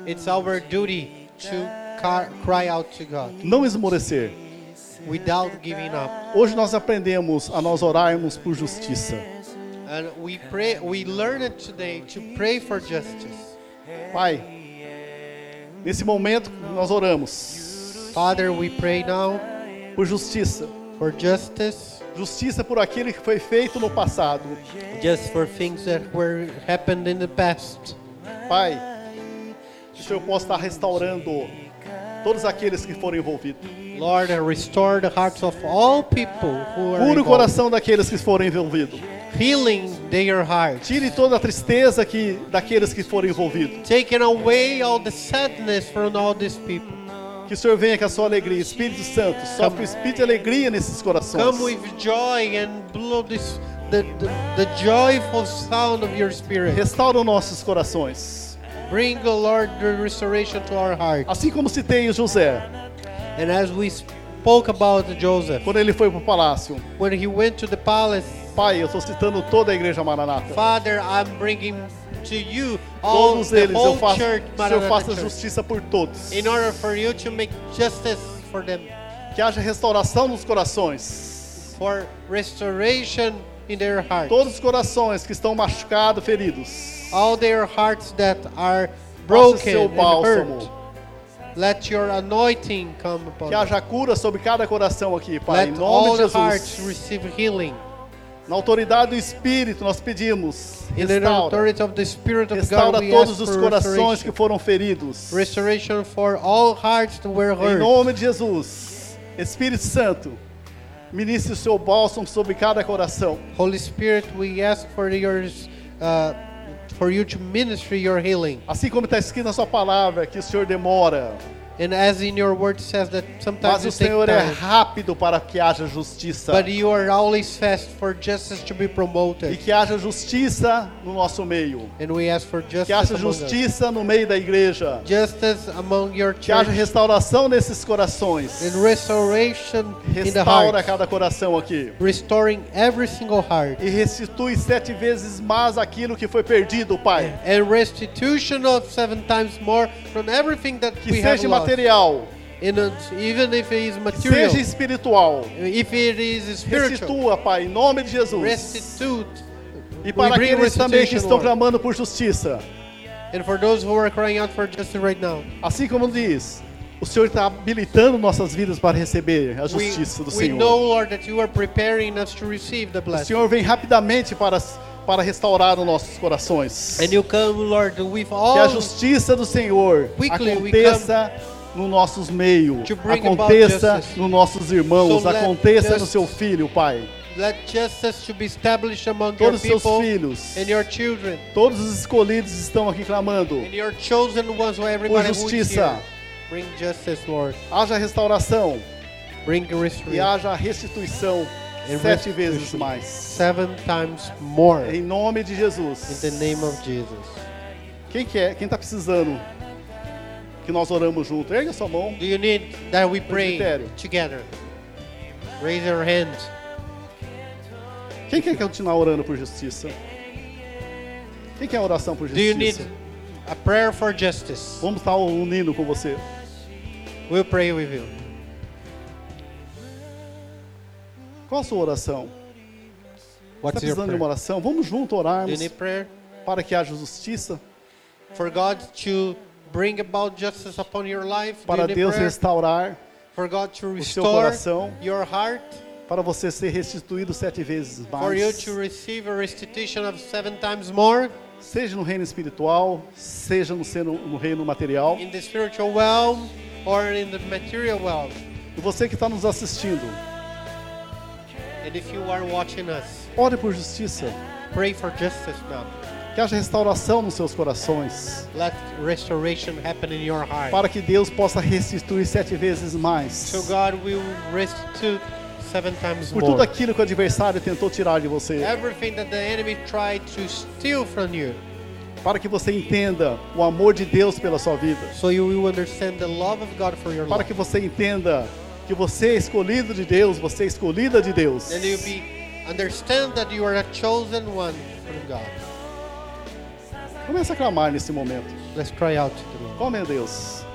[SPEAKER 2] It's our duty to ca- cry out to God
[SPEAKER 1] não esmorecer.
[SPEAKER 2] without giving up.
[SPEAKER 1] Hoje nós aprendemos a nós orarmos por justiça.
[SPEAKER 2] And we pray, we learn it today to pray for justice.
[SPEAKER 1] Pai, nesse momento nós oramos tá?
[SPEAKER 2] Father, we pray now
[SPEAKER 1] por justiça.
[SPEAKER 2] for justice,
[SPEAKER 1] Justiça por aquilo que foi feito no passado.
[SPEAKER 2] just for things that were happened in the past.
[SPEAKER 1] Pai, que o Senhor possa estar restaurando todos aqueles que foram envolvidos.
[SPEAKER 2] Lord, restore the hearts of all people who
[SPEAKER 1] Cure
[SPEAKER 2] are
[SPEAKER 1] o
[SPEAKER 2] involved,
[SPEAKER 1] coração daqueles que foram envolvidos.
[SPEAKER 2] healing their hearts,
[SPEAKER 1] Tire toda a tristeza que, daqueles que foram envolvidos.
[SPEAKER 2] taking away all the sadness from all these people.
[SPEAKER 1] Que o Senhor venha com a sua alegria, Espírito Santo, sopra o Espírito de alegria nesses corações.
[SPEAKER 2] Come with joy and blow this the, the, the joyful sound of your spirit.
[SPEAKER 1] Restaura os nossos corações.
[SPEAKER 2] Bring, O Lord, the restoration to our hearts.
[SPEAKER 1] Assim como citei o José,
[SPEAKER 2] And as we spoke about Joseph,
[SPEAKER 1] quando ele foi para o palácio.
[SPEAKER 2] when he went to the palace,
[SPEAKER 1] Pai, eu estou citando toda a igreja Maranata.
[SPEAKER 2] Father, I'm bringing to you all
[SPEAKER 1] Todos
[SPEAKER 2] the
[SPEAKER 1] eles, eu
[SPEAKER 2] whole
[SPEAKER 1] faço,
[SPEAKER 2] church,
[SPEAKER 1] que o Senhor faça
[SPEAKER 2] Maranatha church,
[SPEAKER 1] justiça por todos.
[SPEAKER 2] in order for you to make justice for them,
[SPEAKER 1] Que haja restauração nos corações.
[SPEAKER 2] for restoration in their hearts,
[SPEAKER 1] Todos os corações que estão machucados, feridos.
[SPEAKER 2] all their hearts that are
[SPEAKER 1] Faça o
[SPEAKER 2] broken
[SPEAKER 1] seu
[SPEAKER 2] and hurt.
[SPEAKER 1] bálsamo.
[SPEAKER 2] Let your anointing come upon
[SPEAKER 1] Que
[SPEAKER 2] us.
[SPEAKER 1] haja cura sobre cada coração aqui, Pai, em
[SPEAKER 2] Let
[SPEAKER 1] nome de
[SPEAKER 2] all the
[SPEAKER 1] Jesus.
[SPEAKER 2] hearts receive healing.
[SPEAKER 1] Na autoridade do Espírito, nós pedimos.
[SPEAKER 2] In the
[SPEAKER 1] Restaura,
[SPEAKER 2] authority of the Spirit of God,
[SPEAKER 1] restaura
[SPEAKER 2] we ask
[SPEAKER 1] todos os
[SPEAKER 2] for
[SPEAKER 1] corações que
[SPEAKER 2] restoration.
[SPEAKER 1] foram feridos.
[SPEAKER 2] Restoration for all hearts that were
[SPEAKER 1] Em
[SPEAKER 2] hurt.
[SPEAKER 1] nome de Jesus. Espírito Santo, ministre o seu bálsamo sobre cada coração.
[SPEAKER 2] Holy Spirit, we ask for your, uh, for you to minister your healing.
[SPEAKER 1] Assim como está escrito na sua palavra, que o Senhor demora,
[SPEAKER 2] And as in your word says that sometimes
[SPEAKER 1] mas
[SPEAKER 2] you
[SPEAKER 1] o
[SPEAKER 2] take
[SPEAKER 1] Senhor é
[SPEAKER 2] time,
[SPEAKER 1] rápido para que haja justiça.
[SPEAKER 2] but you are always fast for justice to be promoted.
[SPEAKER 1] E que haja justiça no nosso meio.
[SPEAKER 2] And we ask for
[SPEAKER 1] Que
[SPEAKER 2] justice
[SPEAKER 1] haja
[SPEAKER 2] among us.
[SPEAKER 1] justiça no meio da igreja.
[SPEAKER 2] Justice among your
[SPEAKER 1] Que haja
[SPEAKER 2] church
[SPEAKER 1] restauração nesses corações.
[SPEAKER 2] and restoration in the
[SPEAKER 1] Restaura
[SPEAKER 2] heart,
[SPEAKER 1] cada coração aqui.
[SPEAKER 2] restoring every single heart.
[SPEAKER 1] E restitui sete vezes mais aquilo que foi perdido, Pai.
[SPEAKER 2] and restitution of seven times more from everything that
[SPEAKER 1] Que
[SPEAKER 2] we have
[SPEAKER 1] seja
[SPEAKER 2] lost.
[SPEAKER 1] material,
[SPEAKER 2] In a- even if it is
[SPEAKER 1] que seja
[SPEAKER 2] material,
[SPEAKER 1] espiritual.
[SPEAKER 2] if it is spiritual,
[SPEAKER 1] Restitua, Pai, em nome de Jesus.
[SPEAKER 2] restitute.
[SPEAKER 1] E
[SPEAKER 2] We
[SPEAKER 1] para
[SPEAKER 2] bring
[SPEAKER 1] aqueles também que
[SPEAKER 2] restitution,
[SPEAKER 1] estão
[SPEAKER 2] Lord.
[SPEAKER 1] clamando por justiça.
[SPEAKER 2] And for those who are crying out for justice right now,
[SPEAKER 1] Assim como diz, o Senhor está habilitando nossas vidas para receber a
[SPEAKER 2] we,
[SPEAKER 1] justiça do
[SPEAKER 2] we
[SPEAKER 1] Senhor.
[SPEAKER 2] know, Lord, that you are preparing us to receive the
[SPEAKER 1] O
[SPEAKER 2] blessing.
[SPEAKER 1] Senhor vem rapidamente para, para restaurar os nossos corações.
[SPEAKER 2] And you come, Lord, with all
[SPEAKER 1] Que a justiça do Senhor
[SPEAKER 2] Quickly we
[SPEAKER 1] aconteça nos nossos meios,
[SPEAKER 2] to bring about
[SPEAKER 1] aconteça
[SPEAKER 2] justice.
[SPEAKER 1] nos nossos irmãos,
[SPEAKER 2] So let
[SPEAKER 1] aconteça no
[SPEAKER 2] justice-
[SPEAKER 1] seu filho, Pai.
[SPEAKER 2] let justice to be established among your
[SPEAKER 1] Todos os seus
[SPEAKER 2] people
[SPEAKER 1] filhos,
[SPEAKER 2] and your children
[SPEAKER 1] todos os escolhidos estão aqui clamando.
[SPEAKER 2] and your chosen ones, who everybody who is
[SPEAKER 1] justiça.
[SPEAKER 2] here. Bring justice, Lord.
[SPEAKER 1] Haja restauração
[SPEAKER 2] Bring restoration.
[SPEAKER 1] e haja restituição
[SPEAKER 2] And
[SPEAKER 1] sete
[SPEAKER 2] restitution.
[SPEAKER 1] vezes mais.
[SPEAKER 2] seven times more
[SPEAKER 1] Em
[SPEAKER 2] in
[SPEAKER 1] nome de Jesus.
[SPEAKER 2] the name of Jesus.
[SPEAKER 1] Quem quer? Quem está precisando? Que nós oramos junto. Erga sua mão.
[SPEAKER 2] Do you need that we pray
[SPEAKER 1] Presbítero.
[SPEAKER 2] together? Raise your hands.
[SPEAKER 1] Quem quer continuar orando por justiça? Quem quer oração por
[SPEAKER 2] Do you need
[SPEAKER 1] justiça?
[SPEAKER 2] a prayer for justice?
[SPEAKER 1] Vamos estar unindo com você.
[SPEAKER 2] We'll pray with you.
[SPEAKER 1] Qual a sua oração? Está
[SPEAKER 2] What's your
[SPEAKER 1] precisando de uma
[SPEAKER 2] prayer?
[SPEAKER 1] oração? Vamos junto
[SPEAKER 2] Do you
[SPEAKER 1] orarmos
[SPEAKER 2] need prayer
[SPEAKER 1] para que haja justiça,
[SPEAKER 2] for God to bring about justice upon your life? Do
[SPEAKER 1] para
[SPEAKER 2] you need
[SPEAKER 1] Deus
[SPEAKER 2] prayer
[SPEAKER 1] restaurar,
[SPEAKER 2] for God to
[SPEAKER 1] seu
[SPEAKER 2] restore
[SPEAKER 1] coração.
[SPEAKER 2] your heart?
[SPEAKER 1] para você ser restituído sete vezes
[SPEAKER 2] For you
[SPEAKER 1] mais.
[SPEAKER 2] to receive a restitution of seven times more
[SPEAKER 1] Seja no reino espiritual, seja no, seno- no reino material.
[SPEAKER 2] in the spiritual realm or in the material realm?
[SPEAKER 1] E você que está nos assistindo,
[SPEAKER 2] And if you are watching us,
[SPEAKER 1] ore por justiça,
[SPEAKER 2] Pray for justice now.
[SPEAKER 1] que haja restauração nos seus corações.
[SPEAKER 2] Let restoration happen in your heart.
[SPEAKER 1] para que Deus possa restituir sete vezes mais
[SPEAKER 2] So God will restitute seven times
[SPEAKER 1] por tudo
[SPEAKER 2] more.
[SPEAKER 1] aquilo que o adversário tentou tirar de você,
[SPEAKER 2] Everything that the enemy tried to steal from you.
[SPEAKER 1] para que você entenda o amor de Deus pela sua vida,
[SPEAKER 2] So you will understand the love of God for your
[SPEAKER 1] para
[SPEAKER 2] life.
[SPEAKER 1] que você entenda que você é escolhido de Deus, você é escolhida de Deus.
[SPEAKER 2] And you be understand that you are a chosen one from God.
[SPEAKER 1] Começa a clamar nesse momento.
[SPEAKER 2] Let's cry out to the Lord.
[SPEAKER 1] Como é Deus?